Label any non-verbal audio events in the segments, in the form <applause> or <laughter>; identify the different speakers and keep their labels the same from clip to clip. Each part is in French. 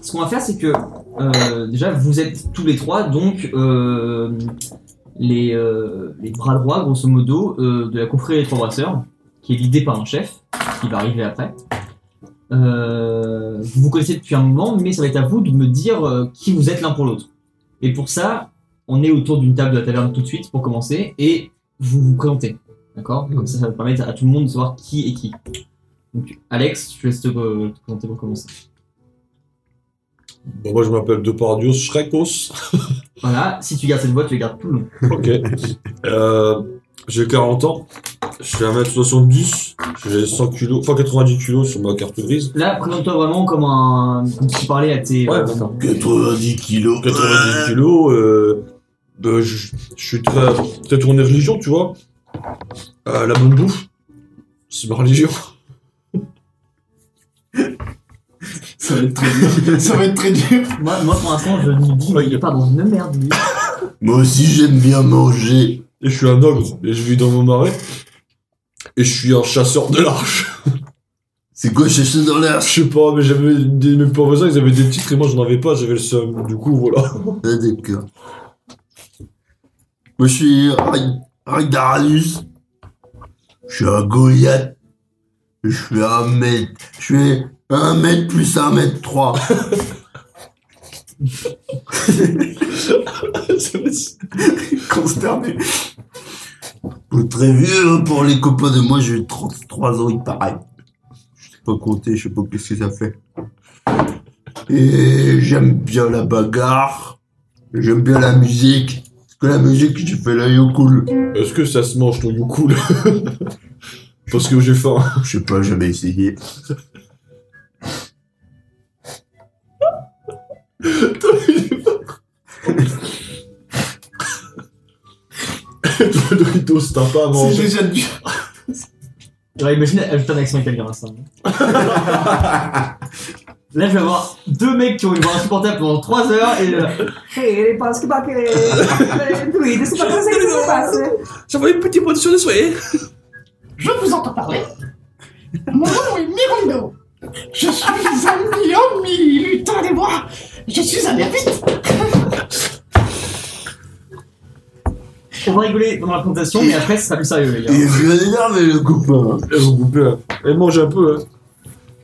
Speaker 1: ce qu'on va faire, c'est que euh, déjà vous êtes tous les trois donc euh, les, euh, les bras droits, grosso modo, euh, de la confrérie des trois brasseurs, qui est guidée par un chef, qui va arriver après. Euh, vous vous connaissez depuis un moment, mais ça va être à vous de me dire euh, qui vous êtes l'un pour l'autre. Et pour ça, on est autour d'une table de la taverne tout de suite pour commencer, et vous vous présentez. D'accord Comme ça, ça va permettre à tout le monde de savoir qui est qui. Donc, Alex, je te laisse te, euh, te présenter pour commencer.
Speaker 2: Bon, moi, je m'appelle Depardieu Shrekos.
Speaker 1: Voilà, si tu gardes cette voix, tu la gardes tout le long.
Speaker 2: Ok. <laughs> Euh, j'ai 40 ans. Je suis à 1m70. J'ai 100 kilos, enfin 90 kilos sur ma carte grise.
Speaker 1: Là, présente-toi vraiment comme un. Comme si tu parlais à tes.
Speaker 2: Ouais,
Speaker 1: euh,
Speaker 2: d'accord.
Speaker 3: 90 kilos.
Speaker 2: 90 kilos. euh, euh, je, je suis très, très tourné religion, tu vois. Euh, la bonne bouffe, c'est ma religion.
Speaker 4: Ça va être très
Speaker 3: <laughs>
Speaker 4: dur. Ça va être très dur.
Speaker 1: moi, moi, pour l'instant, je me dis, mais il est pas dans une merde, lui.
Speaker 3: Moi aussi, j'aime bien manger.
Speaker 2: Et je suis un ogre. Et je vis dans mon marais. Et je suis un chasseur de large.
Speaker 3: C'est quoi chercher dans
Speaker 2: <laughs>
Speaker 3: l'air
Speaker 2: Je sais pas, mais j'avais des mes pauvres voisins, ils avaient des titres et moi j'en avais pas, j'avais le seum. Du coup, voilà. <laughs>
Speaker 3: Ah, d'accord. Moi, je suis Ra- Ragdaralus. Je suis un Goliath. Je fais un mètre. Je fais un mètre plus un mètre trois.
Speaker 2: C'est facile.
Speaker 4: Consterné.
Speaker 3: Faut être Très vieux hein, pour les copains de moi, j'ai 33 ans, il paraît. Je sais pas compter, je sais pas qu'est-ce que ça fait. Et j'aime bien la bagarre. J'aime bien la musique. Parce que la musique, j'ai fait la cool.
Speaker 2: Est-ce que ça se mange ton youkoul <laughs> Parce que j'ai faim. <laughs>
Speaker 3: Je sais pas, jamais essayé.
Speaker 2: Le Doritos, t'as pas à
Speaker 4: C'est
Speaker 2: manger.
Speaker 4: déjà dur.
Speaker 1: J'aurais imaginé ajouter un accent italien à
Speaker 2: <laughs>
Speaker 1: ça. Là, je vais avoir deux mecs qui ont une voix insupportable pendant 3 heures et. euh,
Speaker 5: Hey, parce que pas que. Eh, Druide, c'est pas comme ça que ça se passe.
Speaker 6: J'envoie une petite production de souhait.
Speaker 5: Je vous entends parler.
Speaker 7: Mon nom est Mirondo. Je suis un mi lutin des bois. Je suis un ermite.
Speaker 1: On va rigoler pendant la présentation, mais après, ce sera plus sérieux, les gars.
Speaker 3: Il est bien énervé, le copain.
Speaker 2: Elles ont coupé, hein. Elles mangent un peu, hein.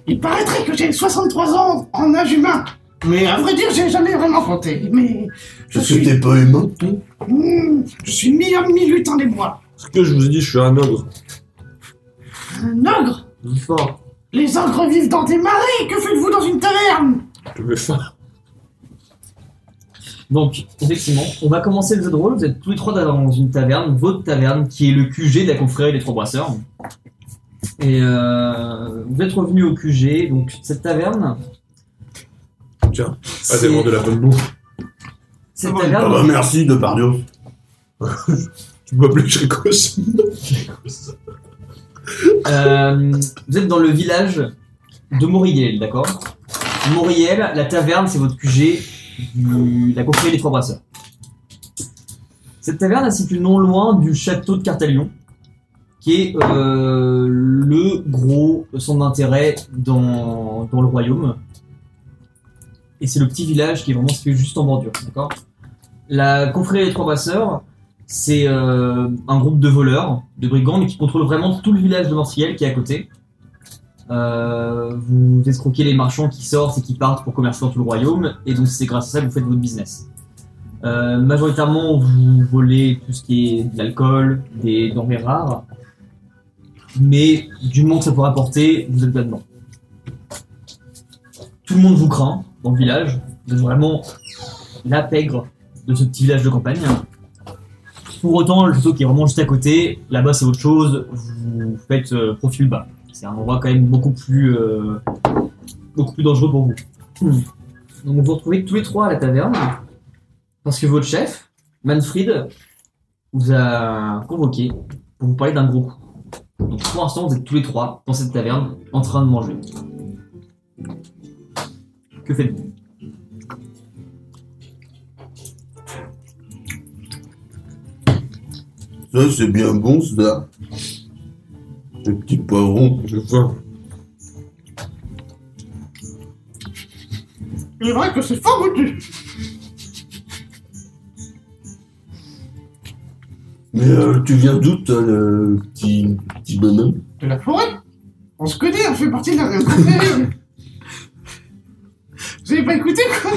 Speaker 7: Il paraîtrait que j'ai 63 ans en âge humain. Mais à vrai dire, j'ai jamais vraiment compté. Mais je
Speaker 3: Parce que
Speaker 7: suis,
Speaker 3: t'es pas humain.
Speaker 7: Hmm, je suis mi-homme, mi-lutin des bois.
Speaker 2: Parce que je vous ai dit, je suis un ogre.
Speaker 7: Un ogre.
Speaker 2: J'ai faim.
Speaker 7: Les ogres vivent dans des marais. Que faites-vous dans une taverne
Speaker 2: J'avais faim.
Speaker 1: Donc, effectivement, on va commencer le jeu de rôle. Vous êtes tous les trois dans une taverne, votre taverne, qui est le QG de la confrérie des Trois Brasseurs. Et euh, vous êtes revenus au QG, donc cette taverne.
Speaker 2: Tiens, Ah,
Speaker 1: c'est-
Speaker 2: t'as mangé de la bonne bouffe.
Speaker 1: cette
Speaker 3: Ah
Speaker 1: taverne,
Speaker 3: bah merci, de Pardio.
Speaker 2: Tu peux m'appeler <laughs> Chrécos.
Speaker 1: Euh, vous êtes dans le village de Moriel, d'accord Moriel, la taverne, c'est votre QG, du- la confrérie des Trois Brasseurs. Cette taverne elle se situe non loin du château de Cartalion, qui est euh, le gros centre d'intérêt dans, dans le royaume. Et c'est le petit village qui est vraiment situé juste en bordure, d'accord La confrérie des Trois Brasseurs, c'est euh, un groupe de voleurs, de brigands, mais qui contrôle vraiment tout le village de Morciel qui est à côté. Euh, vous escroquez les marchands qui sortent et qui partent pour commercer dans tout le royaume, et donc c'est grâce à ça que vous faites votre business. Euh, majoritairement, vous volez tout ce qui est de l'alcool, des denrées rares, mais du moment que ça peut rapporter, vous êtes là-dedans. Tout le monde vous craint dans le village, vous êtes vraiment la pègre de ce petit village de campagne. Pour autant, le château qui est vraiment juste à côté, là-bas c'est autre chose, vous faites euh, profil bas. C'est un endroit quand même beaucoup plus, euh, beaucoup plus dangereux pour vous. Hmm. Donc vous vous retrouvez tous les trois à la taverne, parce que votre chef, Manfred, vous a convoqué pour vous parler d'un gros coup. Donc pour l'instant, vous êtes tous les trois dans cette taverne en train de manger. Que faites-vous
Speaker 3: Ça, c'est bien bon, ça. Le petit poivron.
Speaker 2: J'ai faim.
Speaker 7: Il est vrai que c'est fort goûtu.
Speaker 3: Mais euh, tu viens d'où, toi, le petit, petit bonhomme
Speaker 7: De la forêt On se connaît, on fait partie de la raison terrible. Vous avez pas écouté quoi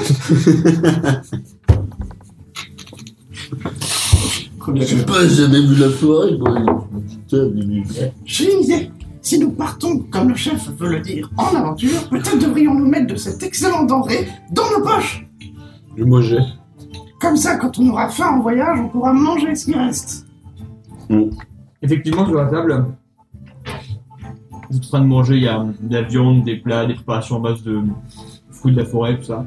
Speaker 4: Première
Speaker 3: Je sais pas, j'ai jamais vu la forêt, moi. Putain, mais-
Speaker 7: J'ai une idée. Si nous partons, comme le chef veut le dire, en aventure, peut-être devrions-nous mettre de cette excellente denrée dans nos poches.
Speaker 2: Du moi j'ai.
Speaker 7: Comme ça, quand on aura faim en voyage, on pourra manger ce qui reste.
Speaker 1: Effectivement, sur la table, vous êtes en train de manger, il y a de la viande, des plats, des préparations à base de fruits de la forêt, tout ça.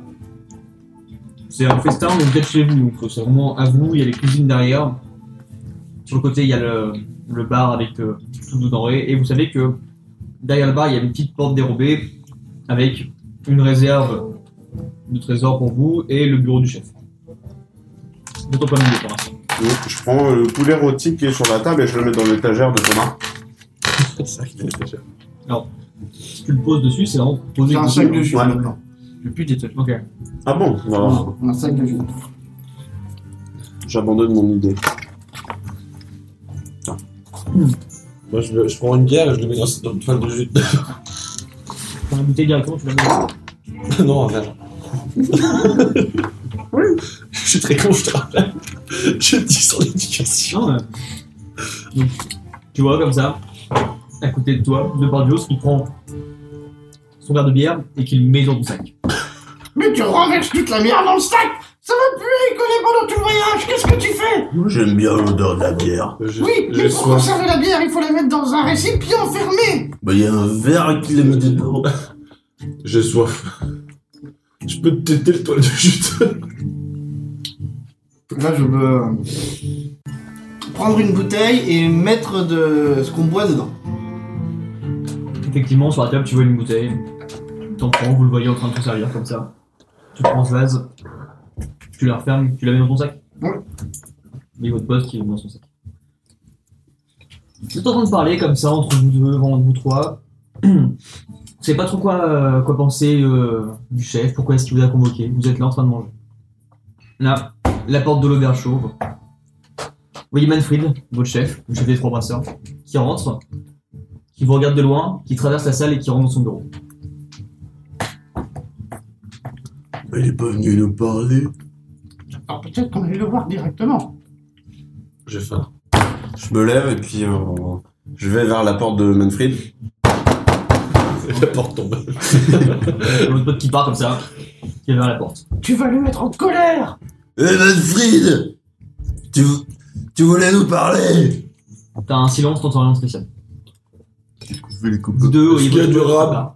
Speaker 1: C'est un festin, mais vous êtes chez vous, donc c'est vraiment à vous, il y a les cuisines derrière. Sur le côté, il y a le, le bar avec euh, toutes vos denrées, et vous savez que derrière le bar, il y a une petite porte dérobée avec une réserve de trésors pour vous et le bureau du chef. Vous êtes en plein milieu pour l'instant.
Speaker 8: Donc, Euh, je prends le poulet rôti qui est sur la table et je le mets dans l'étagère de Thomas.
Speaker 2: C'est ça qu'il avait déjà.
Speaker 1: Si tu le poses dessus, c'est vraiment posé
Speaker 4: C'est un
Speaker 1: dessus.
Speaker 4: sac de jus
Speaker 8: Ouais.
Speaker 4: maintenant.
Speaker 1: Le but est Ok.
Speaker 8: Ah bon Voilà.
Speaker 4: Non, Un sac de jus.
Speaker 8: J'abandonne mon idée.
Speaker 2: Moi je, le- je prends une bière et je le mets dans dans une toile de jus. <laughs>
Speaker 1: T'as la bouteille directement, tu la mets.
Speaker 2: non, un verre. <laughs> Je suis très con, je te rappelle. <laughs> Je te dis son éducation.
Speaker 1: Non, mais- Donc, tu vois, comme ça, à côté de toi, de Bardios, qui prend son verre de bière et qu'il met dans ton sac.
Speaker 7: Mais tu renverses toute la merde dans le sac Ça va puer, coller pendant tout le voyage Qu'est-ce que tu fais
Speaker 3: Moi, j'aime bien l'odeur de la bière.
Speaker 2: Euh,
Speaker 7: Oui, mais pour conserver la bière, il faut la mettre dans un récipient fermé
Speaker 3: Bah, il y a un verre qui l'a mis dedans.
Speaker 2: J'ai soif. Je peux te têter le toile de jute.
Speaker 4: Là, je veux euh, prendre une bouteille et mettre de ce qu'on boit dedans.
Speaker 1: Effectivement, sur la table, tu vois une bouteille. T'en prends, vous le voyez en train de te servir comme ça. Tu prends ce vase, tu la refermes, tu la mets dans ton sac.
Speaker 4: Ouais.
Speaker 1: Mais votre poste qui est dans son sac. Vous êtes en train de parler comme ça entre vous deux, entre vous trois. <clears throat> Vous savez pas trop quoi, euh, quoi penser euh, du chef, pourquoi est-ce qu'il vous a convoqué. Vous êtes là en train de manger. Là, la porte de l'auberge chauve. Vous voyez Manfred, votre chef, le chef des trois brasseurs, qui rentre qui vous regarde de loin, qui traverse la salle et qui rentre dans son bureau.
Speaker 3: Mais il est pas venu nous parler.
Speaker 7: Alors peut-être qu'on allait le voir directement.
Speaker 2: <laughs> J'ai faim.
Speaker 8: Je me lève et puis euh, je vais vers la porte de Manfred.
Speaker 2: La porte tombe.
Speaker 1: Il y a Euh, L'autre pote qui part comme ça, qui est vers la porte.
Speaker 7: Tu vas le mettre en colère
Speaker 3: Eh, Manfred tu, vou- tu voulais nous parler
Speaker 1: T'as un silence, t'entends rien de spécial.
Speaker 3: Je les
Speaker 1: Vous deux,
Speaker 2: Est-ce
Speaker 1: il
Speaker 2: qu'il y a du rhum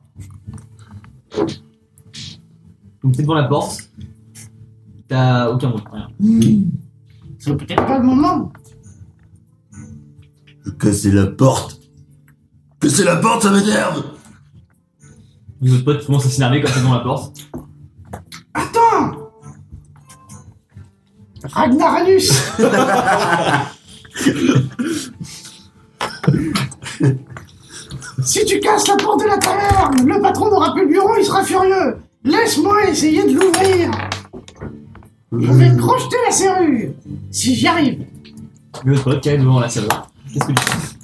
Speaker 1: Donc t'es devant la porte, t'as aucun bruit, rien.
Speaker 7: C'est peut-être pas le moment.
Speaker 3: Je casser la porte. Casser la porte, ça m'énerve
Speaker 1: Les autres potes commencent à s'énerver quand t'es devant la porte.
Speaker 7: Attends Ragnaranus <laughs> Si tu casses la porte de la taverne, le patron n'aura plus le bureau, il sera furieux Laisse-moi essayer de l'ouvrir Je vais crocheter la serrure Si j'y arrive
Speaker 1: Les autres potes qui arrivent devant la salle. Qu'est-ce que tu fais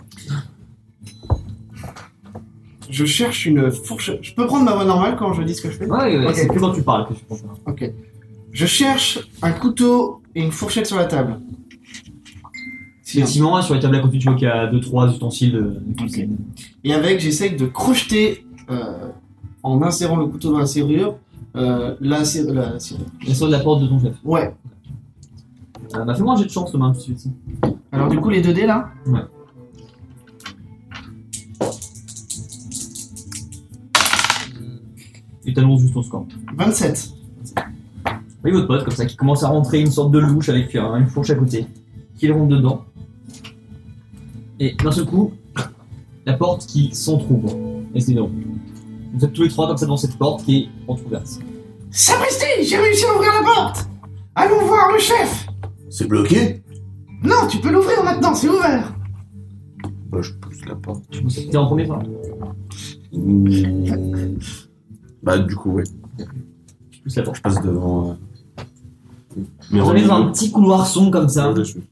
Speaker 4: Je cherche une fourche. Je peux prendre ma voix normale quand je dis ce que je fais
Speaker 1: Ouais, ouais,
Speaker 4: Ok.
Speaker 1: c'est que quand tu parles que tu comprends.
Speaker 4: Ok. Je cherche un couteau et une fourchette sur la table. Si, hein.
Speaker 1: Effectivement, là, sur les tables à côté, tu vois qu'il y a 2-3 ustensiles de, de cuisine.
Speaker 4: Et avec, j'essaye de crocheter euh, en insérant le couteau dans la serrure. euh, la, serrure, la serrure.
Speaker 1: La sorte de la porte de ton chef.
Speaker 4: Ouais.
Speaker 1: Ah, bah fais-moi un jet de chance demain tout de suite.
Speaker 4: Alors du coup les 2 dés là
Speaker 1: Ouais. Et t'annonces juste ton score.
Speaker 4: 27.
Speaker 1: voyez votre pote comme ça qui commence à rentrer une sorte de louche avec euh, une fourche à côté, qu'il rentre dedans. Et d'un seul coup, la porte qui s'entrouvre. Et c'est donc. Vous êtes tous les trois comme ça devant cette porte qui est entrouverte.
Speaker 7: Sapristi J'ai réussi à ouvrir la porte Allons voir le chef
Speaker 3: C'est bloqué
Speaker 7: Non, tu peux l'ouvrir maintenant, c'est ouvert
Speaker 8: Bah, je pousse la porte.
Speaker 1: T'es en premier toi
Speaker 8: Mmh. Bah, du coup, ouais.
Speaker 1: Tu Je pousse la porte.
Speaker 8: Je passe devant. euh, mes
Speaker 1: Vous allez dans un
Speaker 8: religieux.
Speaker 1: petit couloir sombre comme ça.
Speaker 8: Ouais, je suis-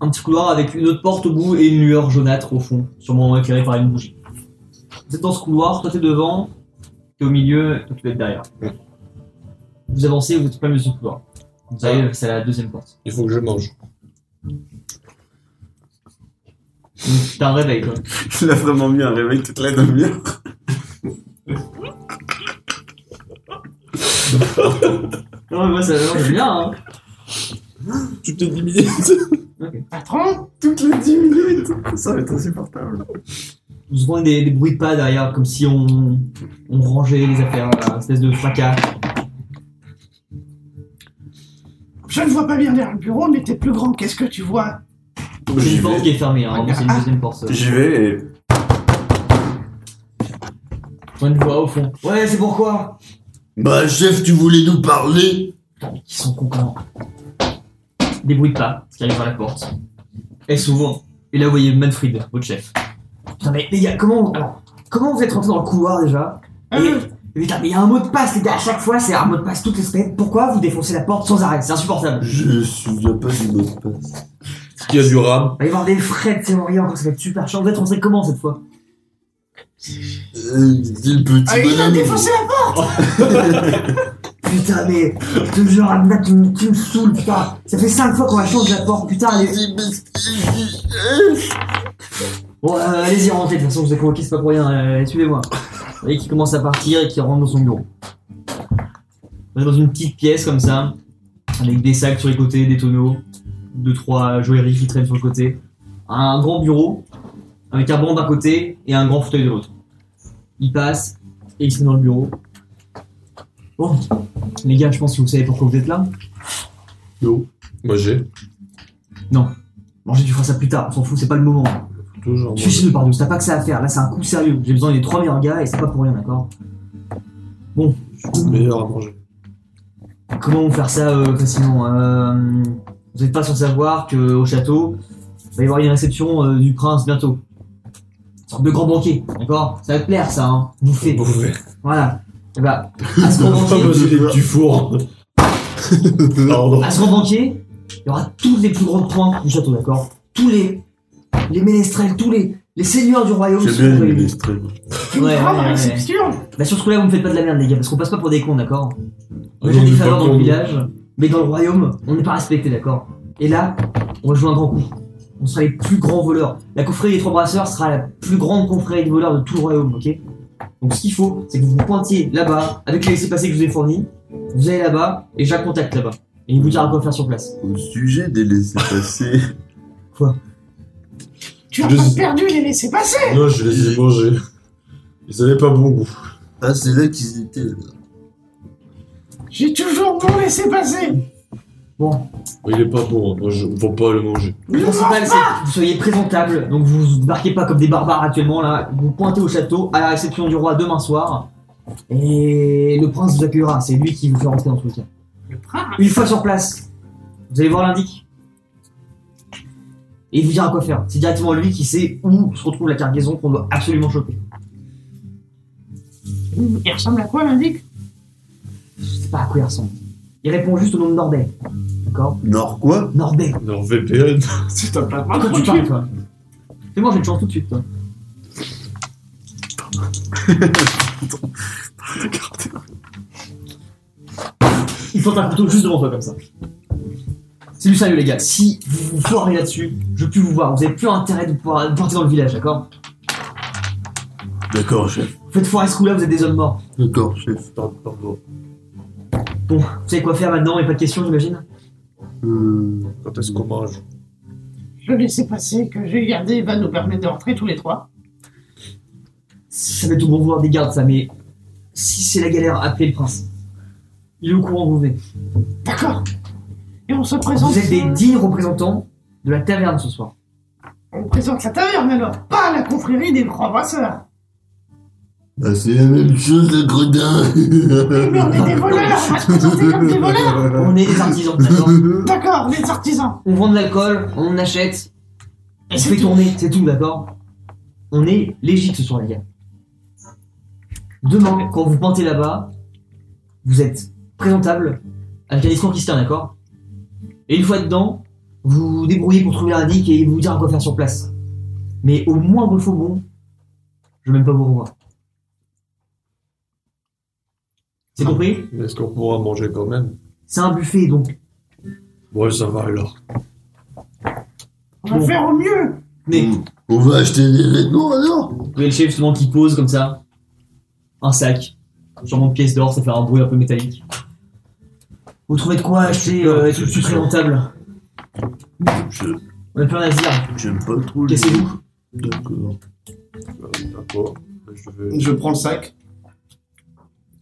Speaker 1: Un petit couloir avec une autre porte au bout et une lueur jaunâtre au fond, sûrement éclairée par une bougie. Vous êtes dans ce couloir, toi t'es devant, t'es au milieu, et toi tu dois être derrière. Vous avancez, vous êtes pas mieux ce couloir. Vous arrivez, c'est la deuxième porte.
Speaker 2: Il faut que je mange.
Speaker 1: Donc, T'as un réveil quoi.
Speaker 8: Il a vraiment mis un réveil toute la
Speaker 3: <laughs>
Speaker 8: demi-heure.
Speaker 1: Non mais moi ça moi, j'aime bien hein.
Speaker 2: Toutes les 10 minutes.
Speaker 7: Patron
Speaker 8: <laughs> Toutes les 10 minutes Ça va être insupportable.
Speaker 1: Vous entendez des, des bruits de pas derrière, comme si on, on rangeait les affaires, là, une espèce de fracas.
Speaker 7: Je ne vois pas bien derrière le bureau, mais t'es plus grand, qu'est-ce que tu vois
Speaker 1: C'est
Speaker 8: J'y
Speaker 1: une porte
Speaker 8: vais.
Speaker 1: qui est fermée, hein. c'est une deuxième porte. ça.
Speaker 8: J'y vais et.
Speaker 1: J'entends une voix au fond. Ouais, c'est pourquoi
Speaker 3: Bah, chef, tu voulais nous parler
Speaker 1: Ils sont cons comment Des bruits de pas qui arrivent à la porte. Et Eh, souvent, et là vous voyez Manfred, votre chef. Putain, mais les gars, comment, alors, comment vous êtes rentrés dans le couloir déjà Et-
Speaker 7: Euh,
Speaker 1: mais Putain, mais il y a un mot de passe, les gars, à chaque fois c'est un mot de passe toutes les semaines. Pourquoi vous défoncez la porte sans arrêt C'est insupportable.
Speaker 3: Je me souviens pas du mot de passe.
Speaker 2: Il y a du rame.
Speaker 1: Allez voir des frais de rien encore, ça va être super chiant. Vous êtes rentrés comment cette fois
Speaker 3: Euh, c'est le petit
Speaker 7: Ah, il a
Speaker 3: bonhomme.
Speaker 7: défoncé la
Speaker 1: Putain, mais je te jure, Amna, tu, me- tu me saoules, putain. Ça fait 5 fois qu'on la change la porte, putain. Allez,
Speaker 3: C'est parce que-
Speaker 1: bon, euh, allez-y, rentrez, de toute façon, je vous ai convoqué, c'est pas pour rien, euh, suivez-moi. Vous voyez qui commence à partir et qui rentre dans son bureau. On est dans une petite pièce comme ça, avec des sacs sur les côtés, des tonneaux, deux, trois joailleries qui traînent sur le côté. Un grand bureau, avec un banc d'un côté et un grand fauteuil de l'autre. Il passe et il se met dans le bureau. Bon, les gars, je pense que vous savez pourquoi vous êtes là.
Speaker 2: Moi j'ai.
Speaker 1: Manger, tu feras ça plus tard, on s'en fout, c'est pas le moment.
Speaker 2: Toujours.
Speaker 1: Suis chez nous, pardon, t'as pas que ça à faire, là c'est un coup sérieux. J'ai besoin des trois meilleurs gars et c'est pas pour rien, d'accord
Speaker 2: meilleur à manger.
Speaker 1: Comment faire ça euh, facilement Euh, Vous n'êtes pas sans savoir qu'au château, il va y avoir une réception euh, du prince bientôt. Une sorte de grand banquet, d'accord Ça va te plaire ça, hein Bouffé.
Speaker 2: Mauvais. <laughs>
Speaker 1: Voilà. Et bah, à ce grand
Speaker 2: Pas
Speaker 1: banquet,
Speaker 2: manger des petits fours. <laughs> Pardon.
Speaker 1: à ce grand banquet, il y aura toutes les plus grandes pointes du château, d'accord Tous les, les ménestrels, tous les, les seigneurs du royaume.
Speaker 3: J'aime
Speaker 1: sont
Speaker 3: bien les
Speaker 1: réunis.
Speaker 3: ministres.
Speaker 7: porte Une
Speaker 1: Ouais,
Speaker 7: grave
Speaker 1: ouais, ouais.
Speaker 7: réception
Speaker 1: Bah sur ce coup-là, vous me faites pas de la merde, les gars, parce qu'on passe pas pour des cons, d'accord On
Speaker 2: Ah
Speaker 1: fait
Speaker 2: non,
Speaker 1: des
Speaker 2: on est
Speaker 1: faveurs
Speaker 2: pas
Speaker 1: dans le
Speaker 2: cons.
Speaker 1: village, mais dans le royaume, on n'est pas respecté, d'accord Et là, on va jouer un grand coup. On sera les plus grands voleurs. La confrérie des trois brasseurs sera la plus grande confrérie de voleurs de tout le royaume, ok Donc ce qu'il faut, c'est que vous vous pointiez là-bas, avec les laissés-passer que je vous ai fournis, vous allez là-bas, et j'ai un contact là-bas. Et il vous dira quoi faire sur place.
Speaker 3: Au sujet des laissés-passer,
Speaker 7: Tu as
Speaker 2: Je-
Speaker 7: pas perdu les laissés passer
Speaker 2: Non, je les ai mangés. Ils avaient pas bon goût.
Speaker 3: ah, c'est là qu'ils étaient. là.
Speaker 7: J'ai toujours mon laissé passer
Speaker 2: Il est pas bon. hein. Moi, je ne faut pas le manger.
Speaker 1: Le principal, c'est que vous soyez présentable, donc vous vous débarquez pas comme des barbares actuellement, là. Vous pointez au château, à la réception du roi demain soir, et le prince vous accueillera. C'est lui qui vous fait rentrer dans tout le cas.
Speaker 7: Le prince
Speaker 1: Une fois sur place, vous allez voir l'indic. Et il vous dira quoi faire. C'est directement lui qui sait où se retrouve la cargaison qu'on doit absolument choper.
Speaker 7: Il ressemble à quoi l'indic
Speaker 1: Je sais pas à quoi il ressemble. Il répond juste au nom de Norbert. D'accord
Speaker 3: Nord quoi
Speaker 1: Norbert.
Speaker 2: NordVPN.
Speaker 4: C'est un plat.
Speaker 1: Ah, toi, tu parles, toi. C'est moi, j'ai une chance tout de suite, toi. Il faut un couteau juste devant toi, comme ça. C'est du sérieux, les gars. Si vous vous foirez là-dessus, je puis vous voir. Vous avez plus intérêt de pouvoir de partir dans le village, d'accord
Speaker 3: D'accord, chef.
Speaker 1: Vous faites foirer ce coup-là, vous êtes des hommes morts.
Speaker 3: D'accord, chef.
Speaker 2: <laughs> Pardon.
Speaker 1: Bon, vous savez quoi faire maintenant et pas de questions, j'imagine
Speaker 3: Euh,
Speaker 2: Quand est-ce qu'on mange
Speaker 7: Le laissé passer que j'ai gardé va nous permettre de rentrer tous les trois.
Speaker 1: Ça va être au bon vouloir des gardes, ça, mais si c'est la galère, appelez le prince. Il est au courant, vous venez.
Speaker 7: D'accord Et on se présente.
Speaker 1: Vous êtes des dignes représentants de la taverne ce soir.
Speaker 7: On présente la taverne alors, pas la confrérie des trois brasseurs.
Speaker 3: bah, c'est la même chose, le
Speaker 1: Euh,
Speaker 3: gredin.
Speaker 7: Mais Eh on est des voleurs, on
Speaker 3: <laughs>
Speaker 7: va se présenter comme des voleurs.
Speaker 1: On est des artisans, d'accord
Speaker 7: D'accord, les artisans.
Speaker 1: On vend de l'alcool, on en achète, on
Speaker 7: Et c'est
Speaker 1: fait
Speaker 7: tout.
Speaker 1: tourner, c'est tout, d'accord On est légit ce soir, les gars. Demain, quand vous pointez là-bas, vous êtes présentable, avec un discours christian, d'accord Et une fois dedans, vous vous débrouillez pour trouver la digue et vous dire quoi faire sur place. Mais au moindre faux bon, je vais même pas vous revoir. C'est compris
Speaker 2: Mais Est-ce qu'on pourra manger quand même
Speaker 1: C'est un buffet, donc.
Speaker 2: Ouais, ça va alors.
Speaker 7: On va faire au mieux.
Speaker 1: Mais vous
Speaker 3: On va acheter des vêtements alors
Speaker 1: voyez le chef justement qui pose comme ça, un sac, sûrement de pièces d'or, ça fait un bruit un peu métallique. Vous trouvez de quoi acheter euh, être le plus présentable
Speaker 3: Je-
Speaker 1: On a plus rien à se dire.
Speaker 3: J'aime pas trop les.
Speaker 1: Cassez-vous.
Speaker 3: D'accord.
Speaker 2: Euh, D'accord. Bah, Je vais...
Speaker 4: Je prends le sac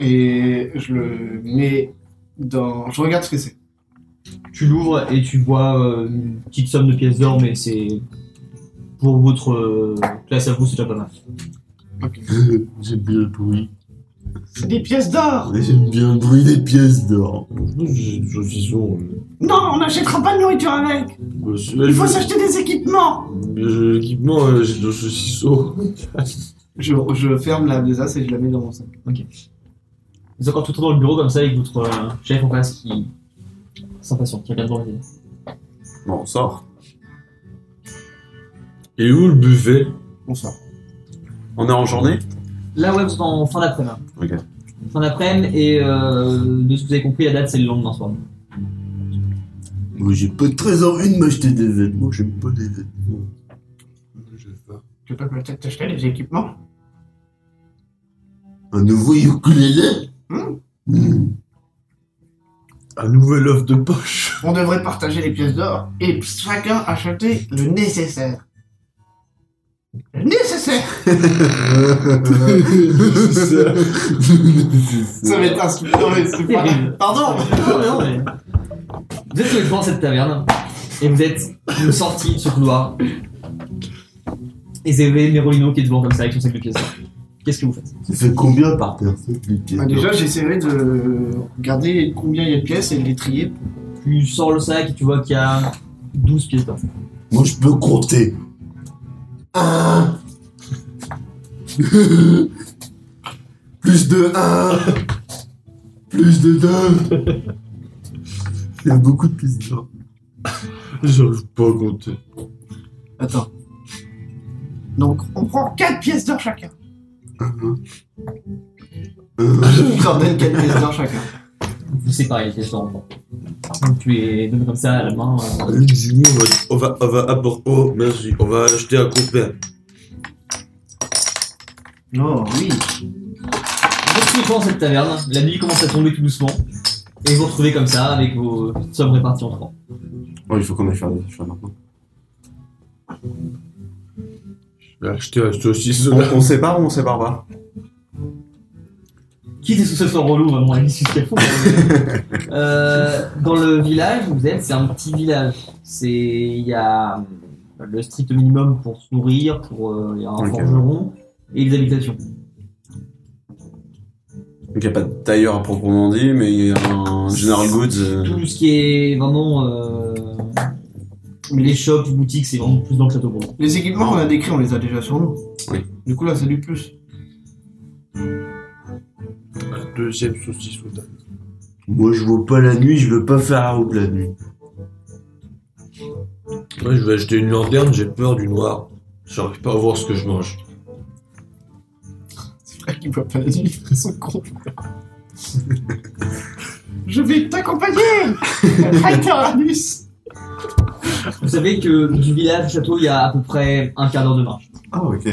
Speaker 4: et je le mets dans. Je regarde ce que c'est.
Speaker 1: Tu l'ouvres et tu vois euh, une petite somme de pièces d'or, mais c'est. Pour votre euh, classe à vous, c'est déjà pas mal.
Speaker 3: J'aime bien le bruit.
Speaker 7: C'est des pièces d'or.
Speaker 3: J'aime bien le bruit des pièces d'or.
Speaker 2: J'ai saucisson. euh,
Speaker 7: Non, on n'achètera pas de nourriture avec.
Speaker 2: bah, c'est-
Speaker 7: Il faut s'acheter des équipements.
Speaker 2: Euh, L'équipement, euh, j'ai deux saucissons.
Speaker 4: Je, je ferme la besace et je la mets dans mon sac.
Speaker 1: Vous êtes encore tout le temps dans le bureau comme ça avec votre euh, chef en face qui. s'impatiente, qui regarde dans le vide.
Speaker 8: Bon, on sort.
Speaker 2: Et où le buffet
Speaker 4: On sort.
Speaker 8: On est en journée
Speaker 1: Là, ouais, vous êtes en fin d'après-midi.
Speaker 8: Ok.
Speaker 1: Fin d'après-midi, et euh, de ce que vous avez compris, la date c'est le lendemain soir.
Speaker 3: Moi j'ai pas très envie de m'acheter des vêtements, j'aime pas des vêtements.
Speaker 7: Tu peux peut-être t'acheter des équipements.
Speaker 3: Un nouveau ukulélé <laughs>
Speaker 7: Hmm.
Speaker 3: Hmm.
Speaker 2: Un nouvel œuf de <laughs> poche.
Speaker 7: On devrait partager les pièces d'or et chacun acheter le nécessaire. Le nécessaire.
Speaker 3: C'est
Speaker 4: Ça
Speaker 3: ça.
Speaker 4: va être insultant, mais c'est pas.
Speaker 1: Terrible.
Speaker 4: Pardon
Speaker 1: Non, mais non, mais- Vous êtes tous les trois dans cette taverne et vous êtes une sortie de ce couloir. Et c'est Merolino qui est devant comme ça avec son sac de pièces. d'or. Qu'est-ce que vous faites
Speaker 3: Ça fait combien par personne les pièces
Speaker 4: Bah, Déjà,
Speaker 7: Euh,
Speaker 4: j'essaierai de regarder combien il y a de pièces et de les trier.
Speaker 1: Tu sors le sac et tu vois qu'il y a 12 pièces d'or.
Speaker 3: Moi je peux compter. Un. <laughs> Plus de 1. Plus de 2. <laughs> Il y a beaucoup de pièces d'or.
Speaker 2: J'arrive pas à compter.
Speaker 4: Attends.
Speaker 7: Donc, on prend 4 pièces d'or chacun.
Speaker 4: Ah, Je leur donne 4 pièces d'or chacun.
Speaker 1: Vous séparez les pièces d'or en trois. Donc tu es donné comme ça à la main. euh,
Speaker 2: Allez, dis-nous, on va, on va, on va apporter. Oh, merci. On va acheter un copain.
Speaker 4: Oh oui.
Speaker 1: Vous êtes tous les trois dans cette taverne, la nuit commence à tomber tout doucement, et vous vous retrouvez comme ça avec vos sommes réparties en trois.
Speaker 8: Oh, il faut qu'on aille faire des achats maintenant.
Speaker 2: Je vais acheter un saucisson.
Speaker 8: On, on sépare ou on sépare pas
Speaker 1: Quitte à ce que ce soit relou, vraiment, la vie c'est ce qu'il faut. mais- Euh, dans le village où vous êtes, c'est un petit village. C'est il y a euh, le strict minimum pour se nourrir, pour euh, il y a un
Speaker 8: Ok.
Speaker 1: forgeron et les habitations.
Speaker 8: Donc il n'y a pas de tailleur à proprement dit, mais il y a un General Goods. euh,
Speaker 1: Tout ce qui est vraiment euh, les shops, les boutiques, c'est vraiment plus dans le château pour vous.
Speaker 4: Les équipements qu'on a décrits, on les a déjà sur nous.
Speaker 8: Oui.
Speaker 4: Du coup, là, c'est du plus.
Speaker 2: Un deuxième saucisson.
Speaker 3: Moi je vois pas la nuit, je veux pas faire la route la nuit.
Speaker 2: Ouais, je vais acheter une lanterne, j'ai peur du noir. J'arrive pas à voir ce que je mange.
Speaker 4: C'est vrai qu'ils voient pas la nuit, ils sont <laughs> cons.
Speaker 7: Je vais t'accompagner Raitanus
Speaker 1: Vous savez que du village au château, il y a à peu près un quart d'heure de marche.
Speaker 8: Ah, ok.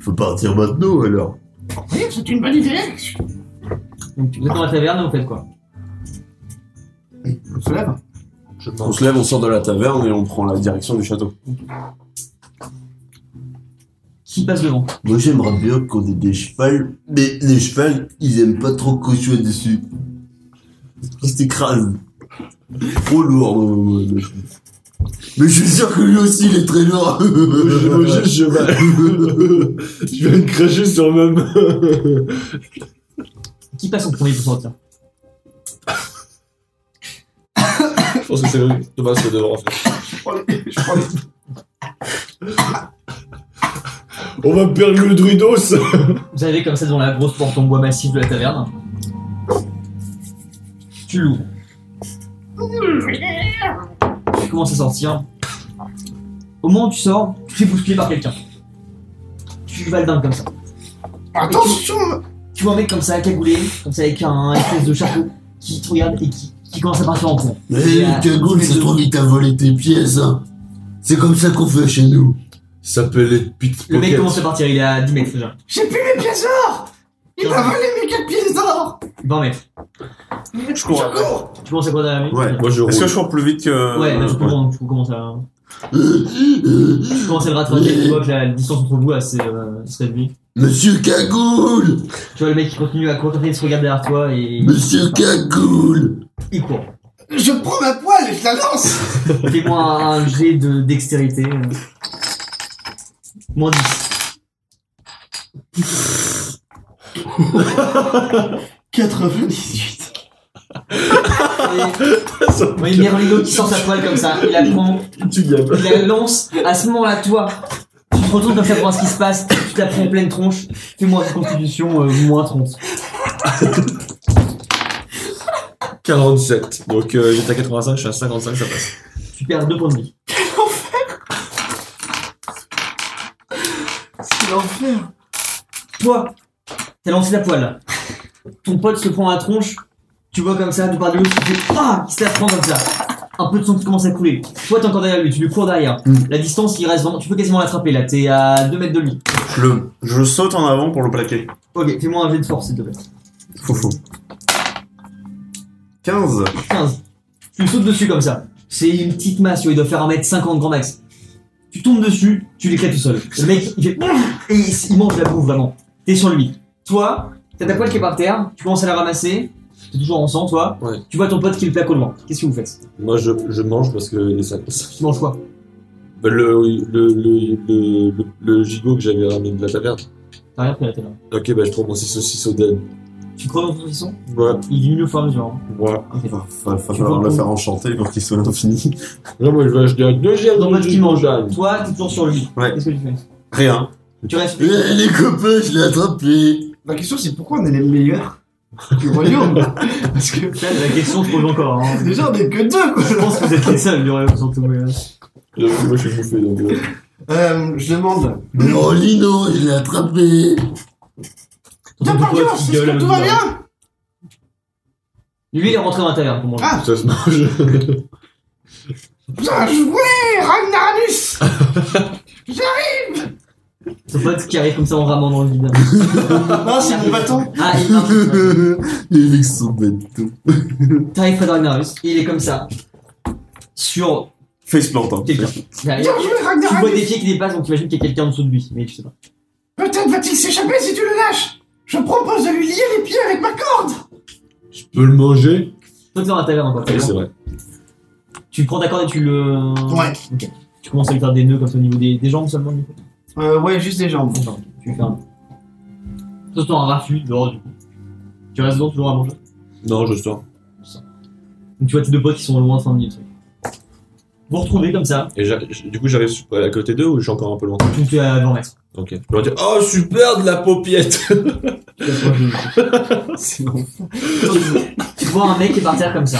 Speaker 3: Faut partir maintenant alors.
Speaker 7: Oui, c'est une bonne idée
Speaker 1: Donc vous êtes dans la taverne et vous faites quoi
Speaker 4: On se lève.
Speaker 2: Je
Speaker 8: On
Speaker 2: pense.
Speaker 8: se lève, on sort de la taverne et on prend la direction du château.
Speaker 1: Qui passe devant
Speaker 3: Moi j'aimerais bien qu'on ait des chevals, mais les chevals, ils aiment pas trop qu'on soit dessus. Ils s'écrasent. C'est Trop lourd. euh, euh, Mais je suis sûr que lui aussi il est très lourd. <laughs>
Speaker 2: cheval. je viens de cracher sur ma main.
Speaker 1: Qui passe en premier pour sortir
Speaker 2: je pense que c'est le Thomas qui devra faire.
Speaker 4: Je prends les-
Speaker 2: On va perdre le druidos.
Speaker 1: Vous arrivez comme ça devant la grosse porte en bois massif de la taverne. Tu l'ouvres. Tu commences à sortir. Au moment où tu sors, tu es bousculé par quelqu'un. Tu vas le dingue comme ça.
Speaker 7: Attention
Speaker 1: Tu vois un mec comme ça, cagoulé, comme ça avec un espèce de chapeau, qui te regarde et qui, qui commence à partir en courant.
Speaker 3: Hé,
Speaker 1: Et, euh,
Speaker 3: Cagoule,
Speaker 1: tu fais
Speaker 3: ça se trouve, il t'a volé tes pièces, hein. C'est comme ça qu'on fait chez nous. <laughs>
Speaker 2: Ça s'appelle les pickpockets.
Speaker 1: Le mec commence à partir, il est à 10 mètres déjà.
Speaker 7: J'ai plus mes pièces d'or Il m'a volé mes 4 pièces d'or
Speaker 1: 20 mètres.
Speaker 8: Je cours.
Speaker 1: Tu commences à quoi derrière lui
Speaker 2: Ouais, moi je roule.
Speaker 8: Est-ce que je cours plus vite que.
Speaker 1: Ouais, là, tu, peux, tu peux commencer à. Tu commences à le rattraper, tu vois que la distance entre vous là, c'est, euh, se réduit.
Speaker 3: Monsieur Cagoule
Speaker 1: Tu vois le mec qui continue à courir, il se regarde derrière toi et.
Speaker 3: Monsieur Cagoule
Speaker 1: Il court.
Speaker 4: Je prends ma poêle et je la lance
Speaker 1: Fais-moi un, un jet de dextérité. euh. Moins 10.
Speaker 4: 98.
Speaker 1: Et... Ouais, il y a Merlino qui sort sa poêle comme ça, il la prend,
Speaker 2: Tu gagnes.
Speaker 1: il la lance. À ce moment-là, toi, tu te retournes comme ça pour voir ce qui se passe, tu te la prends en pleine tronche. Fais-moi une constitution euh, moins 30.
Speaker 2: 47. Donc euh, j'étais à 85, je suis à 55, ça passe.
Speaker 1: Tu perds 2 points de vie.
Speaker 4: C'est l'enfer
Speaker 1: Toi, t'as lancé la poêle. Ton pote se prend la tronche, tu vois comme ça, de par de l'autre, tu fais Ah Il se la prend comme ça. Un peu de sang qui commence à couler. Toi, t'es encore derrière lui, tu lui cours derrière.
Speaker 3: Mm.
Speaker 1: La distance, il reste vraiment. Tu peux quasiment l'attraper là, t'es à 2 mètres de lui.
Speaker 8: Je, le- je saute en avant pour le plaquer.
Speaker 1: Ok, fais-moi un jet de force, s'il te plaît.
Speaker 8: Faux, faux. 15.
Speaker 1: 15. Tu lui sautes dessus comme ça. C'est une petite masse, tu vois, il doit faire 1m50 grand max. Tu tombes dessus, tu l'éclates tout seul. Le mec, il fait. Et il, il mange la bouffe vraiment. T'es sur lui. Toi, t'as ta poêle qui est par terre, tu commences à la ramasser. T'es toujours en sang, toi.
Speaker 2: Ouais.
Speaker 1: Tu vois ton pote qui le plaque au loin. Qu'est-ce que vous faites
Speaker 2: Moi je, je mange parce que les sacs.
Speaker 1: Tu manges quoi
Speaker 2: Le, Bah, le, le, le, le, le gigot que j'avais ramené de la taverne.
Speaker 1: T'as rien pris la tête.
Speaker 2: Ok, bah je prends mon 6 saucisses au dead.
Speaker 1: Tu crois dans ton frisson
Speaker 2: Ouais,
Speaker 1: Il diminue au fur et à mesure. hein.
Speaker 2: ouais.
Speaker 1: Ok.
Speaker 3: Va
Speaker 1: Tu falloir vois le faire
Speaker 3: enchanter pour qu'il soit infini.
Speaker 2: Là, moi je vais acheter un deuxième.
Speaker 1: Ton pote qui mange.
Speaker 2: Dan.
Speaker 1: Toi, t'es toujours sur lui.
Speaker 8: Ouais.
Speaker 1: Qu'est-ce que tu fais
Speaker 8: Rien.
Speaker 1: Tu restes.
Speaker 3: Eh, les copains, je l'ai attrapé
Speaker 4: Ma question c'est pourquoi on est les meilleurs du royaume Parce que
Speaker 1: La question se pose encore. hein.
Speaker 4: déjà on est que deux quoi
Speaker 1: Je pense que vous êtes les seuls du royaume surtout. mais, euh,
Speaker 2: J'avoue, Moi je suis bouffé donc. euh,
Speaker 4: euh, Je demande.
Speaker 3: Non, Lino, je l'ai attrapé
Speaker 1: ton pote
Speaker 7: Depardieu,
Speaker 1: qui
Speaker 7: c'est ce
Speaker 1: gueule,
Speaker 7: que tout va
Speaker 1: euh,
Speaker 7: bien
Speaker 1: Lui, il est rentré dans la taverne pour manger.
Speaker 7: Ah.
Speaker 2: Ça se mange.
Speaker 7: Bien joué, Ragnaranus
Speaker 1: Son pote qui arrive comme ça en ramant dans le vide.
Speaker 4: Ah c'est mon bâton
Speaker 1: Ah, il marche.
Speaker 3: <laughs> Les mecs sont bêtes tout.
Speaker 1: T'arrives près d'Arnarus, il est comme ça. Sur
Speaker 8: Faceplant. Hein.
Speaker 1: quelqu'un.
Speaker 7: Bien joué,
Speaker 1: Tu vois des
Speaker 7: Ragnaranus
Speaker 1: pieds qui dépassent, donc tu imagines qu'il y a quelqu'un en dessous de lui. Mais tu sais pas.
Speaker 7: Peut-être va-t-il s'échapper si tu le lâches Je propose de lui lier les pieds avec ma corde
Speaker 2: <laughs> Je peux le manger
Speaker 1: Toi, t'es dans la taverne encore.
Speaker 2: Ah Oui, c'est vrai.
Speaker 1: Tu prends ta corde et tu le.
Speaker 4: Ouais.
Speaker 1: Ok. Tu commences à lui faire des nœuds comme ça au niveau des, des jambes seulement. du coup.
Speaker 4: Euh, ouais juste des jambes.
Speaker 1: Enfin, tu lui fais un. Toi, t'es en raffut dehors du coup. Tu restes dehors toujours à manger.
Speaker 2: Non, je sors.
Speaker 1: Donc tu vois tes deux potes qui sont au loin en train de dire des trucs. Vous vous retrouvez comme ça,
Speaker 2: Et j'a- du coup, j'arrive sur- à côté d'eux ou je suis encore un peu loin
Speaker 1: tu es à 20 mètres.
Speaker 2: Ok. Je leur dis Oh, super de la paupiette <laughs>
Speaker 1: Tu t'approches de lui. <laughs>
Speaker 4: C'est bon.
Speaker 1: Tu vois un mec qui est par terre comme ça.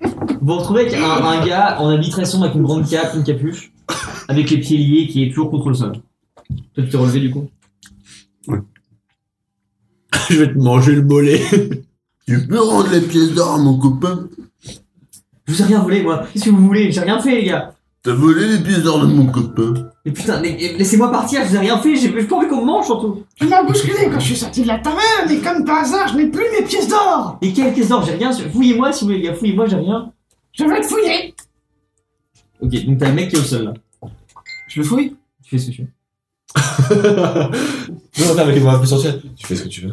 Speaker 1: Vous vous retrouvez avec un, un gars en habit très sombre avec une grande cape, une capuche, avec les pieds liés qui est toujours contre le sol. Toi, tu t'es relevé du coup
Speaker 2: Je vais te manger le mollet <laughs>
Speaker 3: Tu peux rendre les pièces d'or à mon copain
Speaker 1: Je vous ai rien volé, moi. Qu'est-ce que vous voulez J'ai rien fait, les gars.
Speaker 3: T'as volé les pièces d'or de mon copain
Speaker 1: Mais putain, mais- mais laissez-moi partir, je vous ai rien fait. J'ai j'ai pas envie qu'on me mange surtout.
Speaker 7: Tu m'as bousculé quand je suis sorti de la taverne et comme par hasard, je n'ai plus mes pièces d'or
Speaker 1: Et quelle caisse d'or J'ai rien. sur- Fouillez-moi si vous voulez, les gars. Fouillez-moi, j'ai rien.
Speaker 7: Je vais te fouiller
Speaker 1: Ok, donc t'as un mec qui est au sol là.
Speaker 4: Je le fouille
Speaker 1: Tu fais ce que tu veux.
Speaker 2: Non, non, mais moi, plus essentiel. Tu fais ce que tu veux.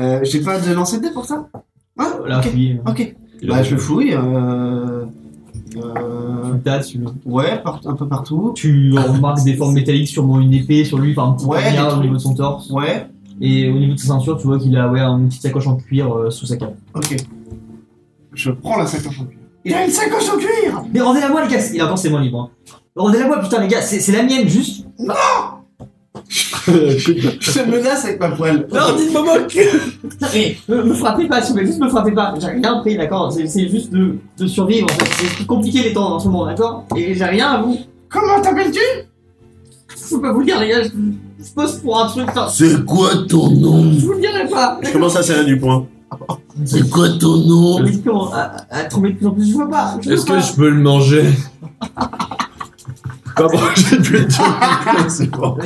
Speaker 4: euh, J'ai pas de lancer de dés pour ça
Speaker 7: Hein
Speaker 4: Ah
Speaker 1: Là,
Speaker 4: ok.
Speaker 1: fouiller. euh,
Speaker 4: Ok.
Speaker 2: Il a
Speaker 4: Bah
Speaker 2: raison.
Speaker 4: je le fouille. Euh... Euh...
Speaker 1: Tu le tâtes, tu le-
Speaker 4: Ouais par- un peu partout.
Speaker 1: Tu remarques des formes métalliques, sûrement une épée sur lui, enfin un petit
Speaker 4: Ouais,
Speaker 1: poignard au
Speaker 4: des trucs.
Speaker 1: niveau de son torse.
Speaker 4: Ouais.
Speaker 1: Et au niveau de sa ceinture, tu vois qu'il a ouais, une petite sacoche en cuir euh, sous sa cape.
Speaker 4: Ok. Je prends la sacoche en cuir.
Speaker 7: Il a une sacoche en cuir
Speaker 1: Mais rendez-la moi, les gars Il a encore ses mains libres. hein. Rendez-la moi, putain, les gars, c'est c'est la mienne, juste.
Speaker 4: Je te menace avec ma poêle.
Speaker 6: Non, dites-moi moque
Speaker 1: Eh, me, me frappez pas, s'il vous plaît, juste me frappez pas. J'ai rien pris, d'accord C'est c'est juste de, de survivre, en fait. C'est compliqué les temps en ce moment, d'accord Et j'ai rien à vous.
Speaker 7: Comment t'appelles-tu
Speaker 1: Je peux pas vous le dire, les gars, je, je pose pour un truc. enfin,
Speaker 3: C'est quoi ton nom
Speaker 1: je vous le dirai pas
Speaker 2: Je commence à serrer du poing.
Speaker 3: C'est quoi ton nom
Speaker 1: Mais je commence à, à, à trembler de plus en plus, je veux pas. je veux
Speaker 2: Est-ce
Speaker 1: pas.
Speaker 2: que je peux le manger <laughs> Pas <laughs> manger depuis
Speaker 8: Ah,
Speaker 2: tout. C'est bon.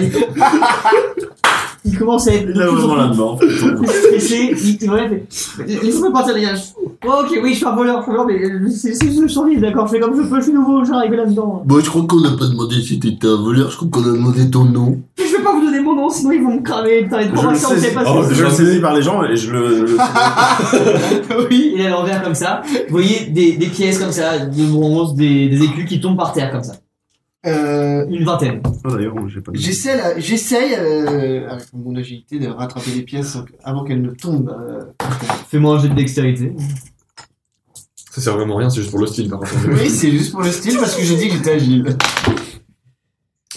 Speaker 1: Il commence à être. de
Speaker 3: Il a
Speaker 1: plus en
Speaker 3: vraiment
Speaker 1: plus
Speaker 3: la mort.
Speaker 1: stressé, il il vraiment fait. Laissez-moi partir, les gars. Je- Oh, ok, oui, je suis un voleur, je suis un voleur, mais euh, c'est c'est juste le survie, d'accord Je fais comme je peux, je suis nouveau, je suis arrivé là-dedans.
Speaker 3: Bon, je crois qu'on n'a pas demandé si t'étais un voleur, je crois qu'on a demandé ton nom.
Speaker 1: Mais je vais pas vous donner mon nom, sinon ils vont me cramer. Putain, les trois
Speaker 2: sais
Speaker 1: vous savez pas ce que
Speaker 2: Oh,
Speaker 1: c'est.
Speaker 2: je le
Speaker 8: saisis par les jambes et je le.
Speaker 1: Oui, il est à l'envers comme ça. Vous voyez des, des pièces comme ça, de bronze, des, des écus qui tombent par terre comme ça.
Speaker 4: Euh,
Speaker 1: Une vingtaine.
Speaker 8: Ah, D'ailleurs, j'ai pas
Speaker 4: j'essaie, là- j'essaye, euh, avec mon agilité, de rattraper les pièces sans que- avant qu'elles ne tombent. euh.
Speaker 1: Fais-moi un jeu de dextérité.
Speaker 2: Ça sert vraiment à rien, c'est juste pour le style par contre.
Speaker 4: Oui, c'est juste pour le style parce que j'ai dit que j'étais agile.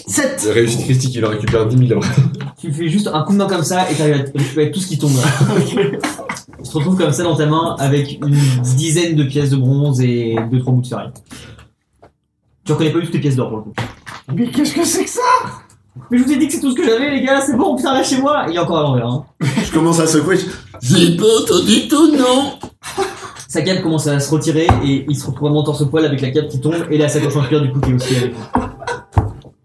Speaker 4: 7
Speaker 2: La réussite critique, il en récupère 10 000 après.
Speaker 1: Tu fais juste un coup de main comme ça et t'arrives à récupérer tout ce <laughs> qui tombe. Tu te retrouves comme ça dans ta main avec une dizaine de pièces de bronze et deux trois bouts de ferraille. Tu reconnais pas du tout tes pièces d'or pour le coup.
Speaker 7: Mais qu'est-ce que c'est que ça
Speaker 1: Mais je vous ai dit que c'est tout ce que j'avais les gars, c'est bon, putain lâchez-moi Il est encore à l'envers. Hein. <laughs>
Speaker 8: Je commence à secouer. je-
Speaker 3: J'ai pas entendu ton nom
Speaker 1: Sa cape commence à se retirer et il se retrouve vraiment torse poil avec la cape qui tombe et la sacoche en cuir du coup qui est aussi avec lui.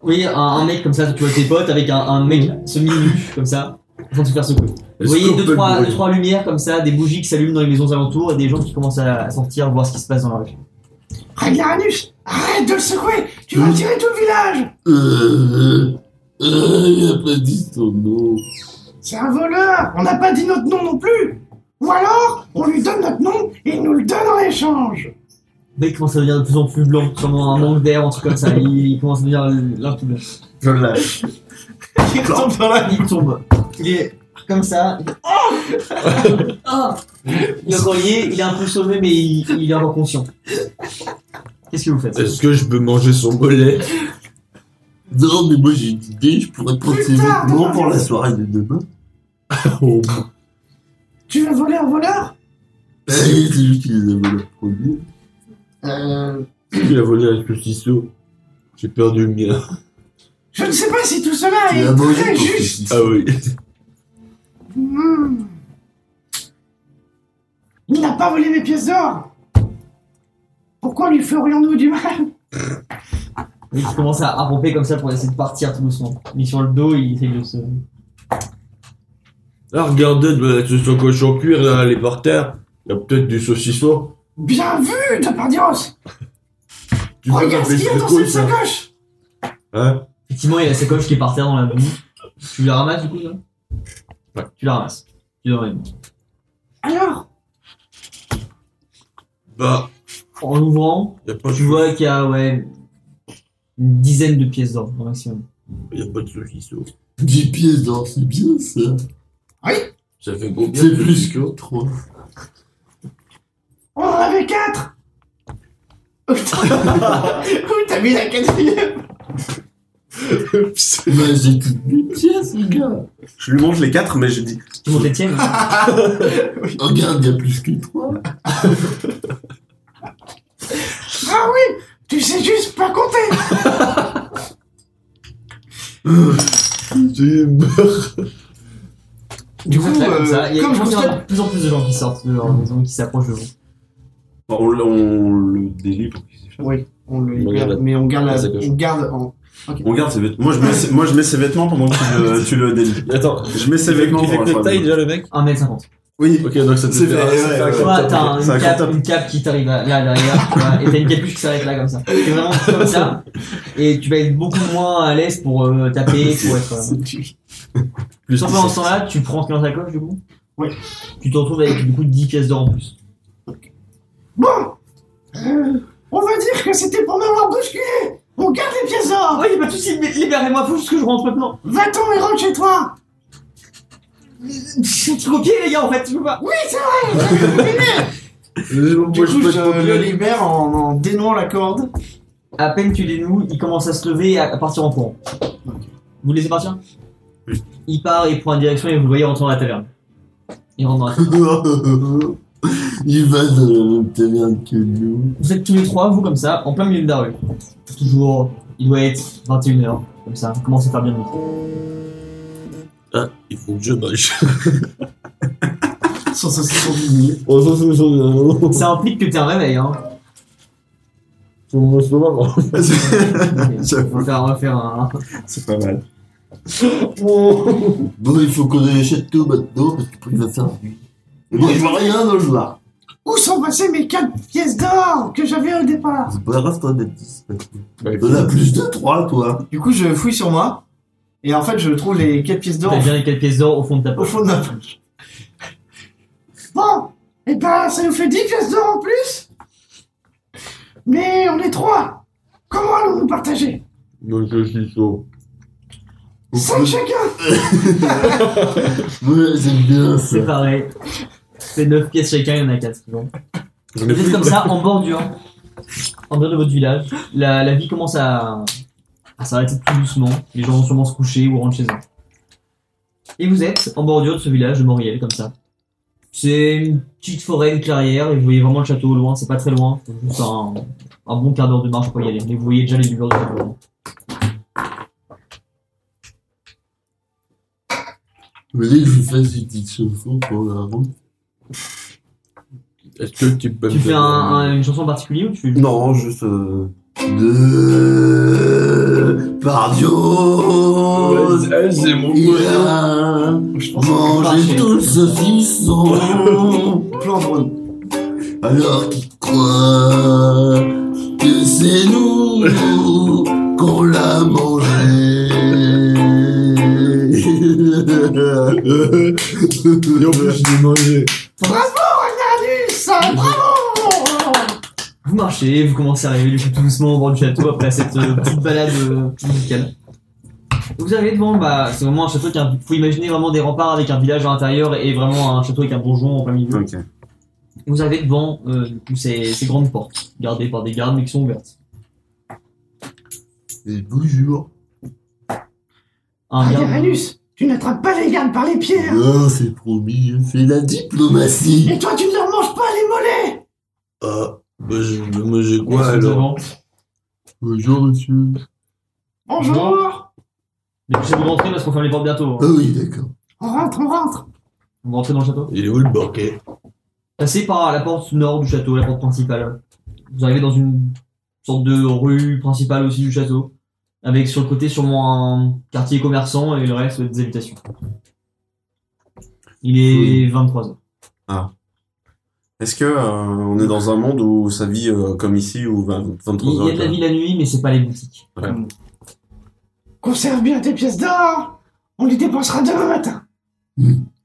Speaker 1: Oui, un, un mec comme ça, tu vois tes potes avec un, un mec semi-nu comme ça, en train de se faire secouer. Vous voyez deux trois, deux, trois lumières comme ça, des bougies qui s'allument dans les maisons alentours et des gens qui commencent à sortir voir ce qui se passe dans la rue.
Speaker 7: Ragnaranus, arrête de le secouer Tu vas attirer tout le village
Speaker 3: Euh... Euh... Il a pas dit ton nom.
Speaker 7: C'est un voleur On n'a pas dit notre nom non plus Ou alors, on lui donne notre nom et il nous le donne en échange
Speaker 1: Le mec commence à devenir de plus en plus blanc, sûrement un manque d'air, un truc comme ça. Il, il commence à devenir l'un tout blanc.
Speaker 2: Je le lâche.
Speaker 4: qui tombent dans
Speaker 1: <laughs>
Speaker 4: la
Speaker 1: Il tombe. Il est comme ça. Il fait, Oh Ah Il est encore lié, il est un peu sauvé, mais il, il est encore conscient. Qu'est-ce que vous faites
Speaker 2: Est-ce que je peux manger son bolet
Speaker 3: Non, mais moi j'ai une idée, je pourrais prendre ses
Speaker 7: Putain,
Speaker 3: vêtements
Speaker 7: t'as
Speaker 3: pour la soirée de demain.
Speaker 2: <laughs> Oh,
Speaker 7: Tu veux voler un voleur
Speaker 3: Eh,
Speaker 8: Ah,
Speaker 3: C'est lui qui les a volés en premier.
Speaker 4: Euh,
Speaker 2: Il a volé avec le ciseau. J'ai perdu le mien.
Speaker 7: Je ne sais pas si tout cela
Speaker 3: Tu
Speaker 7: Ah, est
Speaker 3: l'as mangé
Speaker 7: très
Speaker 3: pour que
Speaker 7: juste
Speaker 3: tu-
Speaker 2: Ah oui.
Speaker 7: Hmm. Il n'a pas volé mes pièces d'or Pourquoi lui ferions-nous du mal
Speaker 1: Et Il commence à ramper comme ça pour essayer de partir tout doucement. Il est sur le dos, il essaye de se.
Speaker 2: Ah, regardez, de- ce son cochon cuir, là, les par terre. Il y a peut-être du saucisson.
Speaker 7: Bien vu, Tapardios
Speaker 2: Tu peux
Speaker 7: Regarde ce
Speaker 2: taper
Speaker 7: qu'il y a
Speaker 2: sur
Speaker 7: dans
Speaker 2: le
Speaker 7: cette
Speaker 2: cou, ça.
Speaker 7: sacoche
Speaker 2: Hein
Speaker 1: Effectivement, il y a la sacoche qui est par terre dans la boue. Tu la ramasses du coup, là Ouais. Tu la ramasses. Tu la ramasses.
Speaker 7: Alors
Speaker 2: Bah,
Speaker 1: En l'ouvrant,
Speaker 2: y a pas
Speaker 1: tu
Speaker 2: de,
Speaker 1: vois qu'il y a, ouais, une dizaine de pièces d'or au maximum.
Speaker 2: y a pas de saucisson.
Speaker 3: 10 pièces d'or, c'est bien ça.
Speaker 2: Ça fait combien
Speaker 3: C'est
Speaker 2: de
Speaker 3: plus
Speaker 2: saucisson
Speaker 3: que 3.
Speaker 7: On en avait quatre
Speaker 4: Où t'as mis la quatrième
Speaker 3: Bah, j'ai toutes mes pièces, les gars.
Speaker 8: Je lui mange les quatre, mais je dis.
Speaker 1: Tu montes les tiennes hein
Speaker 3: Oh, Regarde, il y a plus que 3.
Speaker 7: Ah oui Tu sais juste pas <laughs> compter
Speaker 2: Tu meurs.
Speaker 4: Du coup,
Speaker 1: Comme ça, comme ça.
Speaker 4: euh,
Speaker 1: Il y a
Speaker 4: comme je
Speaker 1: il y a
Speaker 4: constate...
Speaker 1: de plus en plus de gens qui sortent de leur maison, qui s'approchent de vous.
Speaker 8: On, le- on le délie pour qu'il s'échappe.
Speaker 4: Oui, on le
Speaker 2: On
Speaker 4: libère,
Speaker 2: garde la-
Speaker 4: mais on garde
Speaker 2: la
Speaker 4: la...
Speaker 2: sacoche.
Speaker 4: On garde en...
Speaker 8: On garde ses vêtements. Moi, je mets, ses- moi, je mets ses vêtements pendant que tu
Speaker 3: <laughs>
Speaker 8: le, tu le délies.
Speaker 2: Attends,
Speaker 8: Je mets ses
Speaker 2: il fait
Speaker 8: vêtements
Speaker 2: il fait
Speaker 8: pendant
Speaker 2: quelle
Speaker 8: la
Speaker 2: taille
Speaker 8: soirée.
Speaker 2: déjà le mec
Speaker 1: 1m50.
Speaker 8: Oui.
Speaker 2: Ok, donc ça te
Speaker 8: C'est
Speaker 2: fait.
Speaker 8: fait,
Speaker 2: ah,
Speaker 8: ouais,
Speaker 2: ça fait
Speaker 8: ouais, ouais.
Speaker 2: un
Speaker 1: Tu vois, t'as un-
Speaker 8: C'est un
Speaker 1: une cape,
Speaker 8: grand top.
Speaker 1: une cape qui t'arrive à- là, derrière, tu vois, et t'as une capuche qui s'arrête là, comme ça. T'es vraiment comme ça, et tu vas être beaucoup moins à l'aise pour euh, taper, pour être... euh,
Speaker 2: Plus
Speaker 1: Sauf que pendant ce temps-là, tu prends ce qui est dans ta coche, du coup
Speaker 4: Ouais.
Speaker 1: Tu te retrouves avec, du coup, 10 pièces d'or en plus.
Speaker 7: Bon Euh, On va dire que c'était pour m'avoir bousculé On garde les pièces
Speaker 1: Ah
Speaker 7: d'or
Speaker 1: ouais, y'a pas de soucis, mais libérez-moi, faut juste que je rentre maintenant.
Speaker 7: Va-t'en et rentre chez toi
Speaker 1: Je suis copié, les gars, en fait, je peux pas. <laughs>
Speaker 4: Du coup, je le libère en, en dénouant la corde.
Speaker 1: À peine tu les noues, il commence à se lever et à à partir en courant. Vous le laissez partir Il part, il prend une direction et vous le voyez rentrer dans la taverne. Il rentre dans la taverne.
Speaker 3: <laughs> Il va dans la même taverne que
Speaker 8: <laughs>
Speaker 3: nous.
Speaker 1: Vous êtes tous les trois, vous comme ça, en plein milieu de la rue. Toujours, il doit être 21h, comme ça, commence à faire bien nuit.
Speaker 2: Ah, il faut que je <laughs> mange. Oh,
Speaker 3: On s'en fout, on s'en fout.
Speaker 1: Ça implique que t'es un réveil, hein.
Speaker 3: On mange pas mal.
Speaker 1: on va faire, on va faire un.
Speaker 8: C'est pas mal.
Speaker 3: Bon, il faut qu'on ait les châteaux maintenant, parce qu'il va faire nuit. Et moi, je vois rien dans le noir.
Speaker 7: Où sont passées mes 4 pièces d'or que j'avais au départ
Speaker 3: C'est pas grave, toi, d'être 10. T'en as plus de 3, toi.
Speaker 4: Du coup, je fouille sur moi. Et en fait, je trouve les 4 pièces d'or
Speaker 1: T'as bien les quelques pièces d'or au fond de ta
Speaker 7: <laughs>
Speaker 4: au
Speaker 1: poche.
Speaker 4: fond de ma poche.
Speaker 7: Bon, eh ben, ça nous fait 10 pièces d'or en plus Mais on est trois Comment allons-nous partager
Speaker 2: Non, je suis chaud.
Speaker 7: 5 chacun
Speaker 3: Ouais, j'aime bien ça.
Speaker 1: C'est pareil. C'est 9 pièces chacun, il y en a 4 qui vont.
Speaker 2: J'en ai
Speaker 1: Vous êtes
Speaker 2: plus.
Speaker 1: comme ça, en bordure, en dehors de votre village. La, la vie commence à, à s'arrêter tout doucement. Les gens vont sûrement se coucher ou rentrer chez eux. Et vous êtes en bordure de ce village de Moriel, comme ça. C'est une petite forêt, une clairière, et vous voyez vraiment le château au loin, c'est pas très loin. Faut juste un, un bon quart d'heure de marche pour y aller. Mais vous voyez déjà les lueurs du château.
Speaker 3: Vous voulez que je vous fasse une petite chanson pour la route
Speaker 2: Est-ce que tu peux me
Speaker 1: Tu fais
Speaker 2: faire,
Speaker 1: un-
Speaker 2: euh,
Speaker 1: un- une chanson en particulier ou tu fais juste-
Speaker 3: Non, juste. Euh... De. Par Dieu
Speaker 2: Ouais, C'est mon
Speaker 3: Il
Speaker 2: pote.
Speaker 3: a
Speaker 4: Je pense
Speaker 3: mangé tout le saucisson
Speaker 4: que plan drone.
Speaker 3: Alors qu'il croit que c'est nous qu'on l'a mangé.
Speaker 2: Et en plus, je l'ai mangé.
Speaker 7: Ça
Speaker 1: Vous marchez, vous commencez à arriver du coup, tout doucement au bord du château après cette euh, petite balade euh, musicale. Vous arrivez devant, bah, c'est vraiment un château qui a un- faut imaginer vraiment des remparts avec un village à l'intérieur et vraiment un château avec un donjon en plein milieu.
Speaker 8: Ok.
Speaker 1: Et Vous arrivez devant euh, du coup, ces, ces grandes portes, gardées par des gardes mais qui sont ouvertes.
Speaker 3: Et bonjour.
Speaker 7: Ah,
Speaker 1: Un garde-
Speaker 7: Uranus, tu n'attrapes pas les gardes par les pieds hein.
Speaker 3: Non, Ah, c'est promis, je fais la diplomatie.
Speaker 7: Et toi, tu ne leur manges pas les mollets
Speaker 2: Ah, bah, je vais manger
Speaker 1: ils
Speaker 2: quoi
Speaker 1: sont
Speaker 2: alors
Speaker 1: devant.
Speaker 3: Bonjour, monsieur.
Speaker 7: Bonjour
Speaker 1: Mais vous savez rentrer parce qu'on ferme les portes bientôt.
Speaker 3: Ah
Speaker 1: hein.
Speaker 3: oui, d'accord.
Speaker 7: On rentre, on rentre
Speaker 1: Vous rentrez dans le château.
Speaker 2: Il est où le banquet
Speaker 1: Passez par la porte nord du château, la porte principale. Vous arrivez dans une sorte de rue principale aussi du château, avec sur le côté sûrement un quartier commerçant et le reste des habitations. Il est 23h.
Speaker 8: Est-ce que euh, on est dans un monde où ça vit euh, comme ici ou 23
Speaker 1: Il y a de la vie la nuit, mais c'est pas les boutiques.
Speaker 7: Conserve bien tes pièces d'or On les dépensera demain matin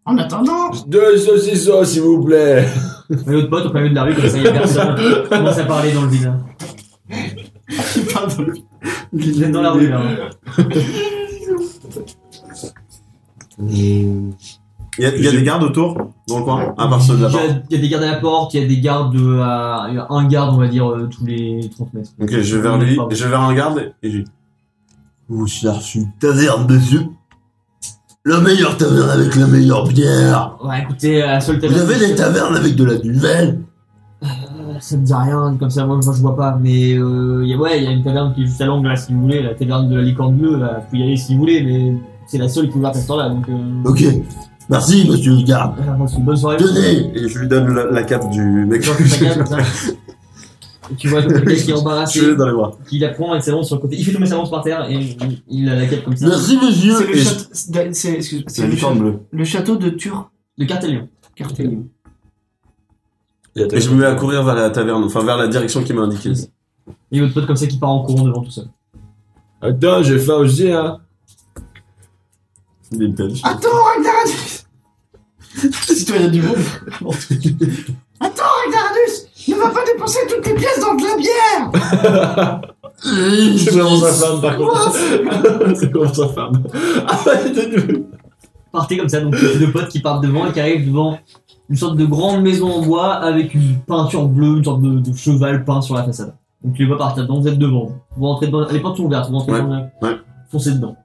Speaker 7: En attendant,
Speaker 2: Deux saucissons, s'il vous plaît.
Speaker 1: Mais l'autre pote au plein milieu de la rue, comme ça, il y a personne. Il commence à parler dans le
Speaker 3: <laughs>
Speaker 1: vide.
Speaker 4: Il parle dans le-
Speaker 1: Vous êtes dans la rue, là.
Speaker 8: Il y a, il y a des gardes autour dans le coin, à part ceux de
Speaker 1: Il y,
Speaker 8: la
Speaker 1: a,
Speaker 8: porte.
Speaker 1: il y a des gardes à la porte, il y a des gardes de, à- il y a un garde, on va dire, euh, tous les 30 mètres.
Speaker 8: Ok, je vais vers lui, je vais vers un garde et j'ai.
Speaker 3: Vous cherchez une taverne, monsieur La meilleure taverne avec la meilleure bière
Speaker 1: Ouais, écoutez, euh, la seule
Speaker 3: Vous avez des tavernes avec de la nouvelle
Speaker 1: Ça me dit rien, comme ça, moi, moi, je vois pas. Mais euh, y a, ouais, il y a une taverne qui est juste à l'angle, là, si vous voulez, la taverne de la licorne bleue, là, vous pouvez y aller si vous voulez, mais c'est la seule qui est ouverte à ce temps-là, donc. Euh...
Speaker 3: Ok, merci, monsieur le garde.
Speaker 1: voilà, passe une bonne soirée.
Speaker 3: Tenez
Speaker 8: Et je lui donne la, la cape du mec.
Speaker 1: Genre, tu t'agales, comme ça. Et tu vois le mec qui est
Speaker 8: Je
Speaker 1: embarrassé,
Speaker 8: suis dans les bras.
Speaker 1: qui la prend et s'allonge sur le côté. Il fait tomber sa lance par terre et il a la cape comme ça.
Speaker 3: Merci,
Speaker 4: C'est
Speaker 3: monsieur
Speaker 4: le
Speaker 8: Et
Speaker 4: château. c'est- c'est- excuse- c'est
Speaker 8: C'est
Speaker 4: le
Speaker 8: une forme
Speaker 4: château-
Speaker 8: bleue.
Speaker 4: le château de Tur.
Speaker 1: De Cartelion.
Speaker 4: Cartel.
Speaker 8: Et je me mets à courir vers la taverne, enfin vers la direction qui m'a indiquée.
Speaker 1: Et votre pote comme ça qui part en courant devant tout seul.
Speaker 2: Attends, Ah, j'ai faim
Speaker 8: <laughs>
Speaker 2: aussi, hein.
Speaker 8: Il est belge.
Speaker 7: attends, Ragnaradus
Speaker 4: <laughs> Citoyen du monde.
Speaker 7: <laughs> Attends, Ragnaradus Ne va pas dépenser toutes tes pièces dans de la bière
Speaker 2: C'est vraiment sa femme, par contre. <laughs> C'est vraiment sa femme. Ah, bah, il est nul.
Speaker 1: Partez comme ça, donc les deux potes qui partent devant et qui arrivent devant une sorte de grande maison en bois avec une peinture bleue, une sorte de, de cheval peint sur la façade. Donc tu les vois partir dedans, vous êtes devant. Vous rentrez dedans, les portes sont ouvertes, vous rentrez
Speaker 8: Ouais,
Speaker 1: dedans.
Speaker 8: ouais.
Speaker 1: Foncez dedans.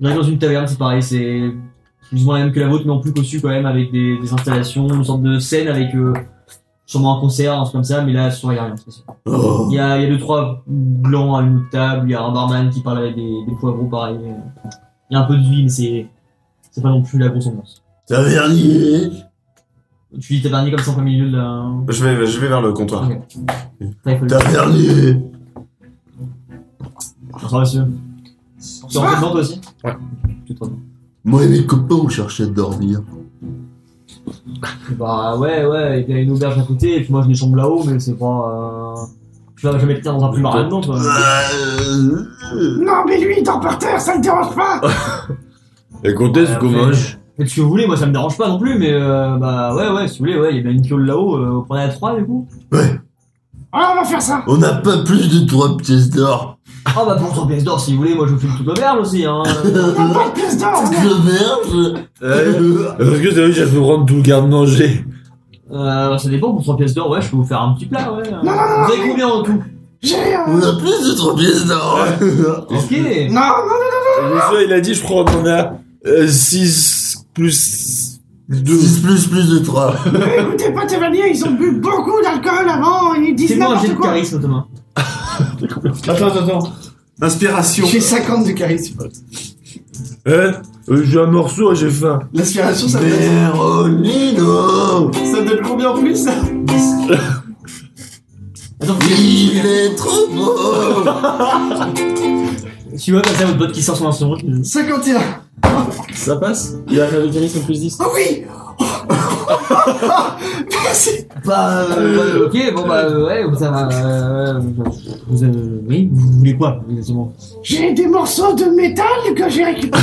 Speaker 1: On arrive dans une taverne, c'est pareil, c'est plus ou moins la même que la vôtre, mais en plus cossue quand même, avec des, des installations, une sorte de scène avec euh, sûrement un concert, un truc comme ça, mais là, ce soir, il n'y a rien de spécial.
Speaker 3: Oh.
Speaker 1: Il y a, il y a deux, trois blancs à une table, il y a un barman qui parle avec des, des poivrons, pareil. euh, Il y a un peu de vie, mais c'est c'est pas non plus la grosse ambiance.
Speaker 3: Tavernier
Speaker 1: Tu dis tavernier comme ça en plein milieu de la...
Speaker 8: Je vais, je vais vers le comptoir.
Speaker 1: T'as fait le-
Speaker 3: Tavernier
Speaker 1: Bonsoir, monsieur. Tu rentres dedans, toi aussi
Speaker 2: Ouais.
Speaker 1: Tu te rends-
Speaker 3: Moi et mes copains, on cherchait à dormir.
Speaker 1: Bah ouais, ouais, il y a une auberge à côté, et puis moi je les chambre là-haut, mais c'est pas... Euh... Tu vas jamais te dire dans un plus marin dedans, toi.
Speaker 3: Euh,
Speaker 7: Non, mais lui, il dort par terre, ça le dérange pas
Speaker 2: Et quand est-ce
Speaker 1: Ouais,
Speaker 2: qu'on
Speaker 1: après-
Speaker 2: mange
Speaker 1: Faites ce que vous voulez, moi ça me dérange pas non plus, mais euh, bah ouais, ouais, si vous voulez, ouais, il y a bien une piole là-haut, euh, vous prenez à trois du coup
Speaker 7: Ah, on va faire ça
Speaker 3: On n'a pas plus de trois pièces d'or.
Speaker 1: Ah bah pour 3 pièces d'or, si vous voulez, moi je vous file toute l'auberge aussi,
Speaker 7: <laughs>
Speaker 1: hein. Euh,
Speaker 7: On a pas de pièces d'or on a-
Speaker 3: L'auberge
Speaker 2: Euh, Parce que t'as vu, j'ai fait prendre tout le garde-manger.
Speaker 1: euh, ça dépend, pour 3 pièces d'or, ouais, je peux vous faire un petit plat, ouais.
Speaker 7: Non, non,
Speaker 1: Vous avez
Speaker 7: non,
Speaker 1: combien en tout
Speaker 7: J'ai... euh,
Speaker 3: On a plus de trois pièces d'or
Speaker 1: Ok
Speaker 7: Non, non,
Speaker 2: Le monsieur, il a dit, je crois qu'on en a 6 plus 2.
Speaker 3: 6 plus plus de 3.
Speaker 7: mais écoutez pas Tavernier, ils ont bu beaucoup d'alcool avant, ils disent
Speaker 1: C'est moi un jet
Speaker 7: n'importe
Speaker 1: de
Speaker 7: quoi
Speaker 1: charisme, Thomas.
Speaker 4: Attends, attends, attends.
Speaker 8: Inspiration.
Speaker 4: J'ai 50 de charisme.
Speaker 2: Hein Euh, J'ai un morceau et j'ai faim.
Speaker 4: L'aspiration, ça me donne...
Speaker 3: Véronino
Speaker 4: ça me donne combien en plus, ça
Speaker 1: Attends, vous
Speaker 3: Il est trop beau
Speaker 1: tu vois comme ça votre pote qui sort son instrument. qui nous-
Speaker 4: 51
Speaker 2: Ça passe Il a fait le charisme plus
Speaker 7: Ah
Speaker 2: 10.
Speaker 4: Oh
Speaker 7: <laughs>
Speaker 4: <laughs> oui Merci
Speaker 1: Bah euh, ok, bon bah euh, ouais, ça va. Euh, vous, euh, oui, vous voulez quoi exactement
Speaker 7: J'ai des morceaux de métal que j'ai
Speaker 4: <laughs>
Speaker 7: récupérés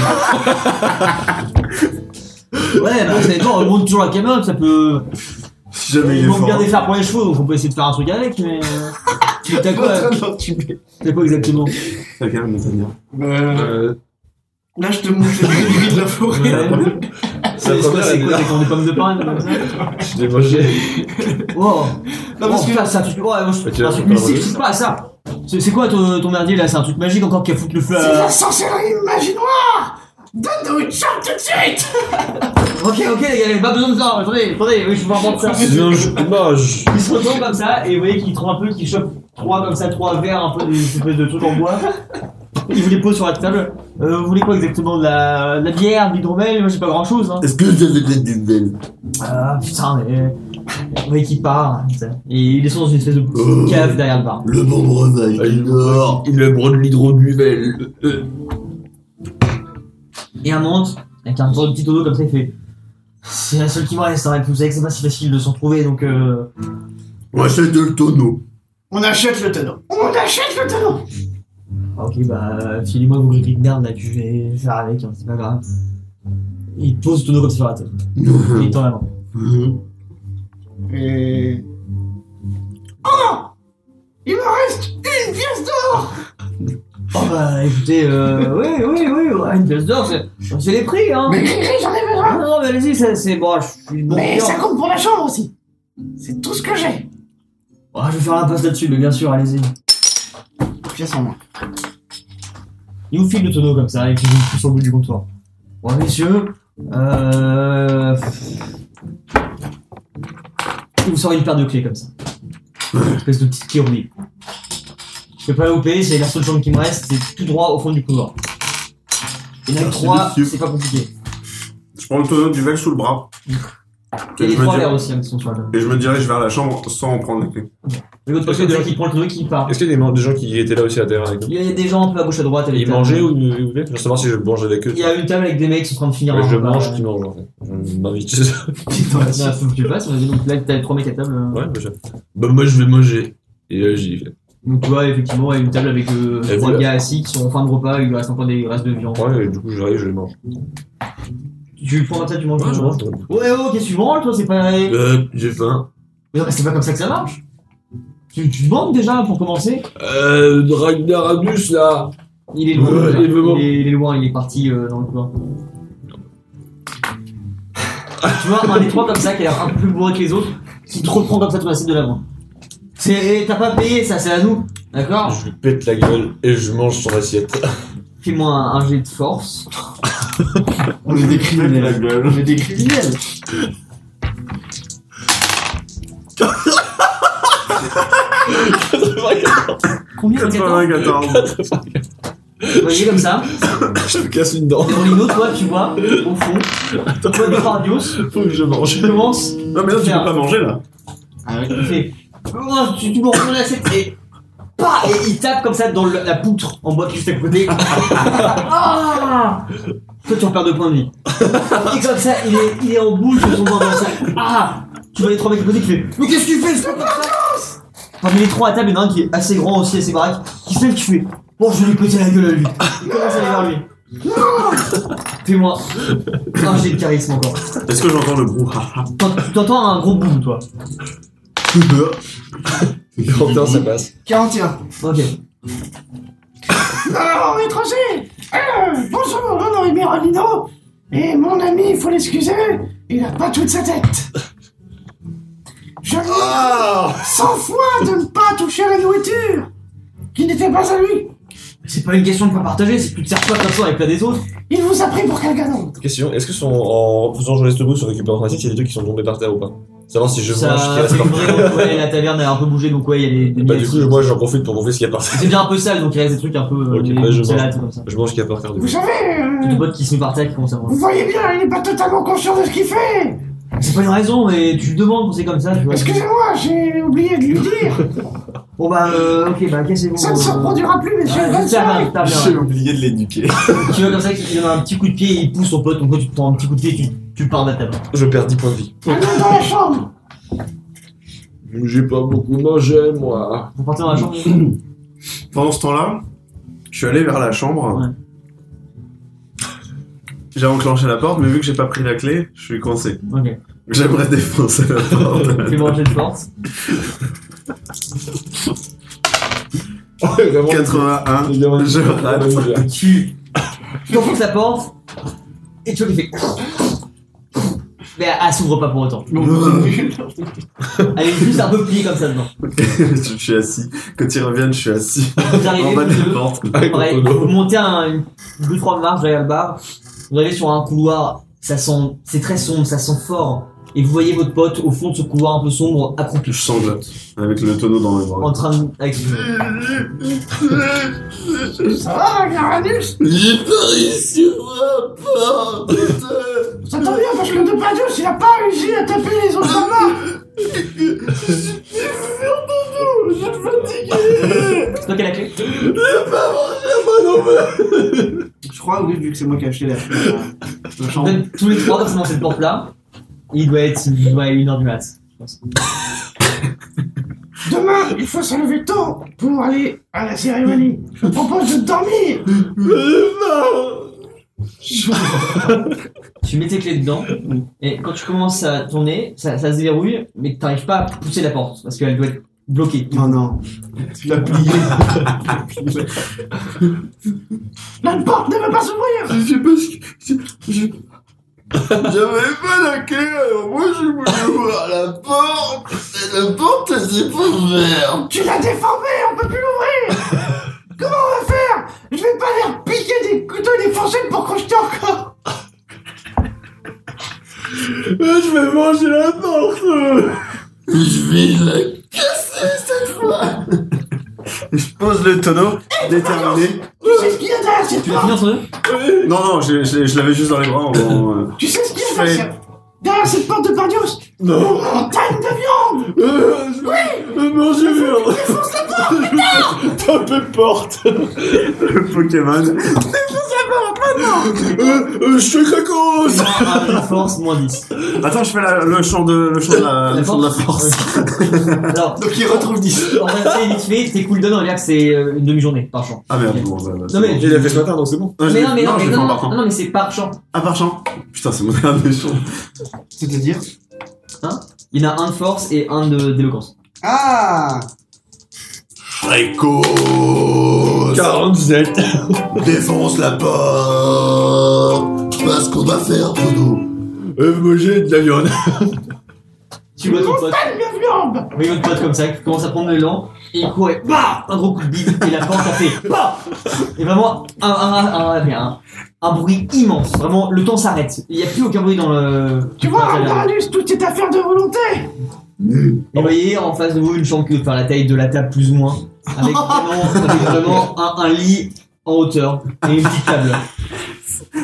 Speaker 1: Ouais, bah c'est bon, on monte toujours la caméra, ça peut.
Speaker 8: Si jamais il
Speaker 1: Ils
Speaker 8: est
Speaker 1: vont bien
Speaker 8: fort.
Speaker 1: des faire pour les chevaux, donc on peut essayer de faire un truc avec,
Speaker 7: <laughs>
Speaker 1: mais. euh, mais T'as
Speaker 4: Je suis en train
Speaker 1: quoi
Speaker 4: de l'entuber.
Speaker 1: T'as quoi exactement
Speaker 8: Ça calme, Nathaniel.
Speaker 4: Euh,
Speaker 2: Euh,
Speaker 4: Là, je te montre les bruits de la forêt.
Speaker 1: C'est
Speaker 2: première,
Speaker 1: quoi, c'est
Speaker 2: elle est
Speaker 1: quoi, c'est qu'on des pommes de
Speaker 7: <laughs>
Speaker 1: pain comme ça
Speaker 2: je l'ai mangé.
Speaker 1: Oh
Speaker 4: Non, parce
Speaker 1: oh,
Speaker 4: que-
Speaker 1: putain, c'est un truc. Oh, ouais, moi, je-
Speaker 2: Ok,
Speaker 1: c'est un
Speaker 2: je
Speaker 1: truc
Speaker 2: peux
Speaker 1: mystique,
Speaker 2: regarder.
Speaker 1: je sais pas ça C'est c'est quoi ton, ton merdier là C'est un truc magique encore qui a foutu le feu
Speaker 7: C'est
Speaker 1: à-
Speaker 7: la sorcellerie magie noire Donne-nous une chambre tout de suite
Speaker 1: Ok, ok, les gars, pas besoin de ça, attendez, attendez, oui, je vais vous remonter ça.
Speaker 2: Sinon, je mange.
Speaker 1: Ils se retournent comme ça, et vous voyez qu'ils trouvent un peu, qu'ils chopent trois comme ça, trois verres, un peu des espèces de trucs en bois. Ils vous les posent sur la table. Euh, vous voulez quoi exactement de la, de la bière, de l'hydromel Moi j'ai pas grand chose. Hein.
Speaker 3: Est-ce que vous avez des nouvelles
Speaker 1: Ah putain, mais. Vous voyez qu'il part. ça. Et il descend dans une espèce de petite cave derrière le bar.
Speaker 3: Le bon breuvage du Nord
Speaker 2: Le bras de l'hydroduvel.
Speaker 1: Et un monte, avec un genre de petit dodo comme ça, il fait. C'est la seule qui me reste, hein, et puis vous savez que c'est pas si facile de s'en trouver, donc euh.
Speaker 3: On achète le tonneau.
Speaker 4: On achète le tonneau.
Speaker 7: On achète le tonneau
Speaker 1: Ok, bah, filez-moi vos grilles de merde là, puis je vais faire avec, hein, c'est pas grave. Il pose le tonneau comme ça sur la tête. Il tend la main.
Speaker 4: Et...
Speaker 7: Oh Il me reste une pièce d'or
Speaker 1: Oh bah écoutez, euh, oui, oui, oui, ouais, une pièce d'or, c'est c'est les prix, hein
Speaker 7: Mais Gris-Gris, j'en ai besoin
Speaker 1: Non, non, mais allez-y, ça, c'est bon, je suis bon
Speaker 7: Mais
Speaker 1: client.
Speaker 7: ça compte pour la chambre aussi C'est tout ce que j'ai
Speaker 1: Oh, je vais faire la passe là-dessus, mais bien sûr, allez-y.
Speaker 4: Pièce en moins.
Speaker 1: Il vous file le tonneau comme ça, et puis il vous pousse au bout du comptoir. Bon, messieurs, euh... Il vous sort une paire de clés comme ça. Une espèce de petite clé rouillée. Je vais pas la louper, c'est la seule chambre qui me reste, c'est tout droit au fond du couloir. Il y en a que
Speaker 3: Merci,
Speaker 1: trois,
Speaker 3: monsieur.
Speaker 1: c'est pas compliqué.
Speaker 8: Je prends le tonneau du vel sous le bras.
Speaker 1: Et
Speaker 8: Et
Speaker 1: les
Speaker 8: je, me
Speaker 1: trois
Speaker 8: dir-
Speaker 1: verres aussi, hein, qui sont sur la table.
Speaker 8: et je me dirige vers la chambre sans en prendre la clé.
Speaker 1: Et l'autre côté,
Speaker 2: Est-ce que
Speaker 1: le
Speaker 2: tu-
Speaker 1: mec, il prend le tonneau et qui part.
Speaker 2: Est-ce qu'il y a des, man- des gens qui étaient là aussi à la taverne avec nous
Speaker 1: Il y a des gens un peu à gauche à droite avec
Speaker 2: Ils
Speaker 1: la-
Speaker 2: mangeaient ou ils buvaient Je veux savoir si je mange avec eux.
Speaker 1: Il y a une table avec des mecs qui sont en train de finir.
Speaker 2: Ouais,
Speaker 1: un euh,
Speaker 2: je
Speaker 1: repas. <laughs>
Speaker 2: mange, qui mange en fait. Je m'invite. <laughs>
Speaker 1: Ouais, bah, faut que tu passes, on va dire, donc là t'as trois mecs à table. euh.
Speaker 2: ouais, bah, je- bah, moi je vais manger. Et là j'y vais.
Speaker 1: Donc tu vois effectivement il y a une table avec euh,
Speaker 2: Et
Speaker 1: trois
Speaker 2: voilà.
Speaker 1: gars assis qui sont en fin de repas, il lui reste encore des restes de viande.
Speaker 2: Ouais, et du coup j'arrive, je les mange.
Speaker 1: Tu prends un tas, tu manges.
Speaker 2: Ouais, je mange. ouais.
Speaker 1: Ouais, ouais, qu'est-ce que tu manges toi C'est pas. Mais
Speaker 2: Euh, j'ai faim.
Speaker 1: non, mais c'est pas comme ça que ça marche. Tu, tu demandes déjà pour commencer.
Speaker 2: Euh, Ragnar Abus là
Speaker 1: Il est loin.
Speaker 2: Ouais,
Speaker 1: là.
Speaker 2: il est vraiment-
Speaker 1: il, est, il est loin, il est parti euh, dans le coin. tu vois un des trois comme ça qui a l'air un peu plus bourré que les autres, qui te reprend comme ça ton assiette de l'avant.
Speaker 2: Ah.
Speaker 1: C'est eh, t'as pas payé ça, c'est à nous, d'accord
Speaker 2: Je lui pète la gueule et je mange son assiette.
Speaker 1: Fais-moi un, un jet de force.
Speaker 4: On est des criminels.
Speaker 8: gueule.
Speaker 4: On est des criminels.
Speaker 1: Combien
Speaker 8: 94.
Speaker 1: Vous voyez comme ça
Speaker 2: <laughs> Je me casse une dent.
Speaker 1: Dorino, toi, tu vois, au fond, toi, Depardios,
Speaker 2: <laughs> Faut que je mange. <laughs>
Speaker 1: tu commences
Speaker 2: Non, mais là, tu peux pas manger là.
Speaker 4: Ah ouais.
Speaker 1: Il fait Oh, tu, tu me retournes l'assiette et. Pas Et il tape comme ça dans le- la poutre en boîte juste à côté. ah Toi, tu repères deux points de vie. Et comme ça, il est, il est en bouche de son bord dans ça. Ah Tu vois les trois mecs à côté qui fait Mais qu'est-ce que tu fais c'est pas comme ça Parmi les trois à table, il y en a un qui est assez grand aussi, assez baraque, qui se lève, qui fait Bon, je vais lui péter la gueule à lui. Il commence à aller vers lui. Fais-moi un jet de charisme encore.
Speaker 8: Est-ce que j'entends le brouhaha
Speaker 1: T'en- Tu t'entends un gros boum, toi.
Speaker 2: 41, <laughs> ça passe.
Speaker 4: 41.
Speaker 1: Ok.
Speaker 7: Alors, étranger euh, Bonjour, mon nom est Mironino, et mon ami, il faut l'excuser, il a pas toute sa tête. Je
Speaker 2: Ah
Speaker 7: 100 fois de ne pas toucher à la nourriture qui n'était pas à lui.
Speaker 1: C'est pas une question de pas partager, c'est que tu te sers pas comme ça avec la des autres.
Speaker 7: Il vous a pris pour quelqu'un d'autre.
Speaker 2: Question est-ce que son- en faisant jouer l'estomac sur récupérant assiette, il y a des trucs qui sont tombés par terre ou pas Savoir si je mange ce qui
Speaker 1: Ça,
Speaker 2: reste
Speaker 1: c'est
Speaker 2: par terre.
Speaker 1: vraiment, ouais, la taverne a un peu bougé, donc ouais, il y a des, des
Speaker 2: Bah, du
Speaker 1: miettes.
Speaker 2: coup, moi j'en profite pour bouffer ce qu'il y a par terre.
Speaker 1: C'est déjà un peu sale, donc il reste des trucs un peu euh,
Speaker 2: Ok,
Speaker 1: des
Speaker 2: bah,
Speaker 1: des
Speaker 2: je mange.
Speaker 1: salades comme ça.
Speaker 2: Je mange ce qu'il y a par terre. du
Speaker 7: Vous
Speaker 2: coup.
Speaker 7: savez, euh,
Speaker 1: Des bottes qui se mettent par terre qui commencent à
Speaker 7: vous
Speaker 1: manger.
Speaker 7: voyez bien, il n'est pas totalement conscient de ce qu'il fait.
Speaker 1: C'est pas une raison, mais tu le demandes, c'est comme ça, tu vois.
Speaker 7: Excusez-moi, j'ai oublié de lui dire.
Speaker 1: Bon bah, euh, ok, bah, cassez-vous.
Speaker 7: Ça ne se
Speaker 1: euh,
Speaker 7: reproduira plus,
Speaker 1: ouais,
Speaker 7: messieurs. Bonne
Speaker 1: Ah, ça
Speaker 7: soirée.
Speaker 1: va, t'as bien.
Speaker 8: J'ai oublié de l'éduquer.
Speaker 1: Tu vois comme ça, il donne un petit coup de pied, il pousse son pote, donc toi tu te prends un petit coup de pied, tu, tu pars de la table.
Speaker 2: Je perds 10 points de vie.
Speaker 7: Allons dans la chambre.
Speaker 2: J'ai pas beaucoup mangé, moi. <laughs>
Speaker 1: Vous partez dans la
Speaker 2: <clears throat>
Speaker 1: chambre.
Speaker 8: Pendant ce temps-là, je suis allé vers la chambre.
Speaker 1: Ouais.
Speaker 8: J'ai enclenché la porte, mais vu que j'ai pas pris la clé, je suis coincé.
Speaker 1: Ok.
Speaker 8: J'aimerais défoncer la
Speaker 1: <laughs>
Speaker 8: porte.
Speaker 1: Fais-moi un jet de force.
Speaker 2: Vraiment,
Speaker 8: 81.
Speaker 2: les gamins,
Speaker 8: Je
Speaker 2: ils sont
Speaker 8: rate.
Speaker 2: vraiment bien.
Speaker 8: <laughs>
Speaker 1: Tu. Tu enfonces la porte, et tu vois qu'il fait. <coughs> Mais elle, elle s'ouvre pas pour autant. Elle est juste un peu pliée comme ça dedans.
Speaker 8: je suis assis. Quand ils reviennent, je suis
Speaker 1: <laughs>
Speaker 8: assis.
Speaker 1: Vous
Speaker 8: En
Speaker 1: arrivez
Speaker 8: bas
Speaker 1: tous les
Speaker 8: de la
Speaker 1: deux,
Speaker 8: porte.
Speaker 1: pareil, vous montez un, une- deux trois marches derrière le bar. Vous arrivez sur un couloir, ça sent, c'est très sombre, ça sent fort. Et vous voyez votre pote au fond de ce couloir un peu sombre, accroupi,
Speaker 8: Je sanglote. Avec le tonneau dans le
Speaker 1: en
Speaker 8: bras.
Speaker 1: train de. Avec... Vous
Speaker 7: Ça va, Garanus Ça tombe bien parce que de Padius, il a pas réussi à taper les autres en
Speaker 4: Ah.
Speaker 7: bas.
Speaker 1: C'est toi qui as la clé
Speaker 4: Je crois, oui, vu que c'est moi qui ai acheté la, la- la
Speaker 1: En
Speaker 4: chambre.
Speaker 1: fait, tous les trois, forcément, cette porte-là. Il doit être il doit être une heure du mat. je pense.
Speaker 7: Demain, il faut se lever tôt pour aller à la cérémonie. Je propose de dormir.
Speaker 1: Tu mets tes clés dedans, et quand tu commences à tourner, ça, ça se déverrouille, mais t'arrives pas à pousser la porte, parce qu'elle doit être bloquée.
Speaker 4: Non, non. Tu l'as plié.
Speaker 7: La porte ne veut pas s'ouvrir.
Speaker 8: Je sais pas si. J'avais pas la clé, alors moi je voulais ouvrir la porte. Et la porte, elle s'est pas ouverte.
Speaker 7: Tu l'as déformé, on peut plus l'ouvrir. Comment on va faire Je vais pas leur piquer des couteaux et des fourchettes pour crocheter encore.
Speaker 8: Je vais manger la porte. Je vais la casser cette fois. Je pose le tonneau, déterminé.
Speaker 7: Tu sais ce qu'il y a derrière cette
Speaker 1: Tu l'as
Speaker 7: porte
Speaker 1: fini entre deux
Speaker 8: Non, non, je, je- je l'avais juste dans les bras. en- en-
Speaker 7: Tu sais ce qu'il y
Speaker 8: Je
Speaker 7: a derrière
Speaker 8: fais-
Speaker 7: cette- derrière cette porte de Pardius
Speaker 8: Non.
Speaker 7: Montagne de viande
Speaker 8: Euh, je- euh, non, j'ai vu hein. Tapez porte Le Pokémon. Euh, euh, je suis
Speaker 1: Fais-moi
Speaker 8: Cracos
Speaker 1: un jet de force, moins 10.
Speaker 8: Attends, je fais la- le chant de, le chant de la, le chant de la force.
Speaker 1: Alors,
Speaker 4: Donc il retrouve 10.
Speaker 1: En fait, c'est vite fait, t'es cool dedans, on va dire que c'est euh, une demi-journée par champ.
Speaker 8: Ah merde, bon, bah, bah, c'est
Speaker 1: Non, mais-
Speaker 8: bon.
Speaker 2: Je l'ai fait ce matin, donc c'est bon.
Speaker 8: je
Speaker 1: mais
Speaker 8: l'ai-
Speaker 1: non, mais non,
Speaker 8: je
Speaker 1: mais
Speaker 8: l'ai fait en
Speaker 1: non, non,
Speaker 8: partant.
Speaker 1: non, mais c'est par champ.
Speaker 8: Ah, par chant Putain, c'est mon dernier chant.
Speaker 4: C'est-à-dire
Speaker 1: Il y en a un de force et un de- d'éloquence.
Speaker 4: Ah
Speaker 3: Précoce
Speaker 2: 47
Speaker 3: Défonce la porte Tu vois ce qu'on va faire, Bruno
Speaker 2: Euh, manger de la viande.
Speaker 1: Tu vois ton pote.
Speaker 4: Mmh.
Speaker 7: Montagne de gambe
Speaker 1: Mais votre pote comme ça, qui commence à prendre le lent, et il court et bah un gros coup de bide, et la porte a fait bah Et vraiment un, un, un, un, un- un bruit immense, vraiment le temps s'arrête, il n'y a plus aucun bruit dans le...
Speaker 7: Tu
Speaker 1: dans
Speaker 7: vois,
Speaker 1: la taverne.
Speaker 7: Ardanus, toute cette affaire de volonté
Speaker 1: Et vous voyez en face de vous une chambre qui doit faire la taille de la table plus ou moins,
Speaker 7: <laughs>
Speaker 1: avec vraiment, avec vraiment un, un lit en hauteur et une petite table.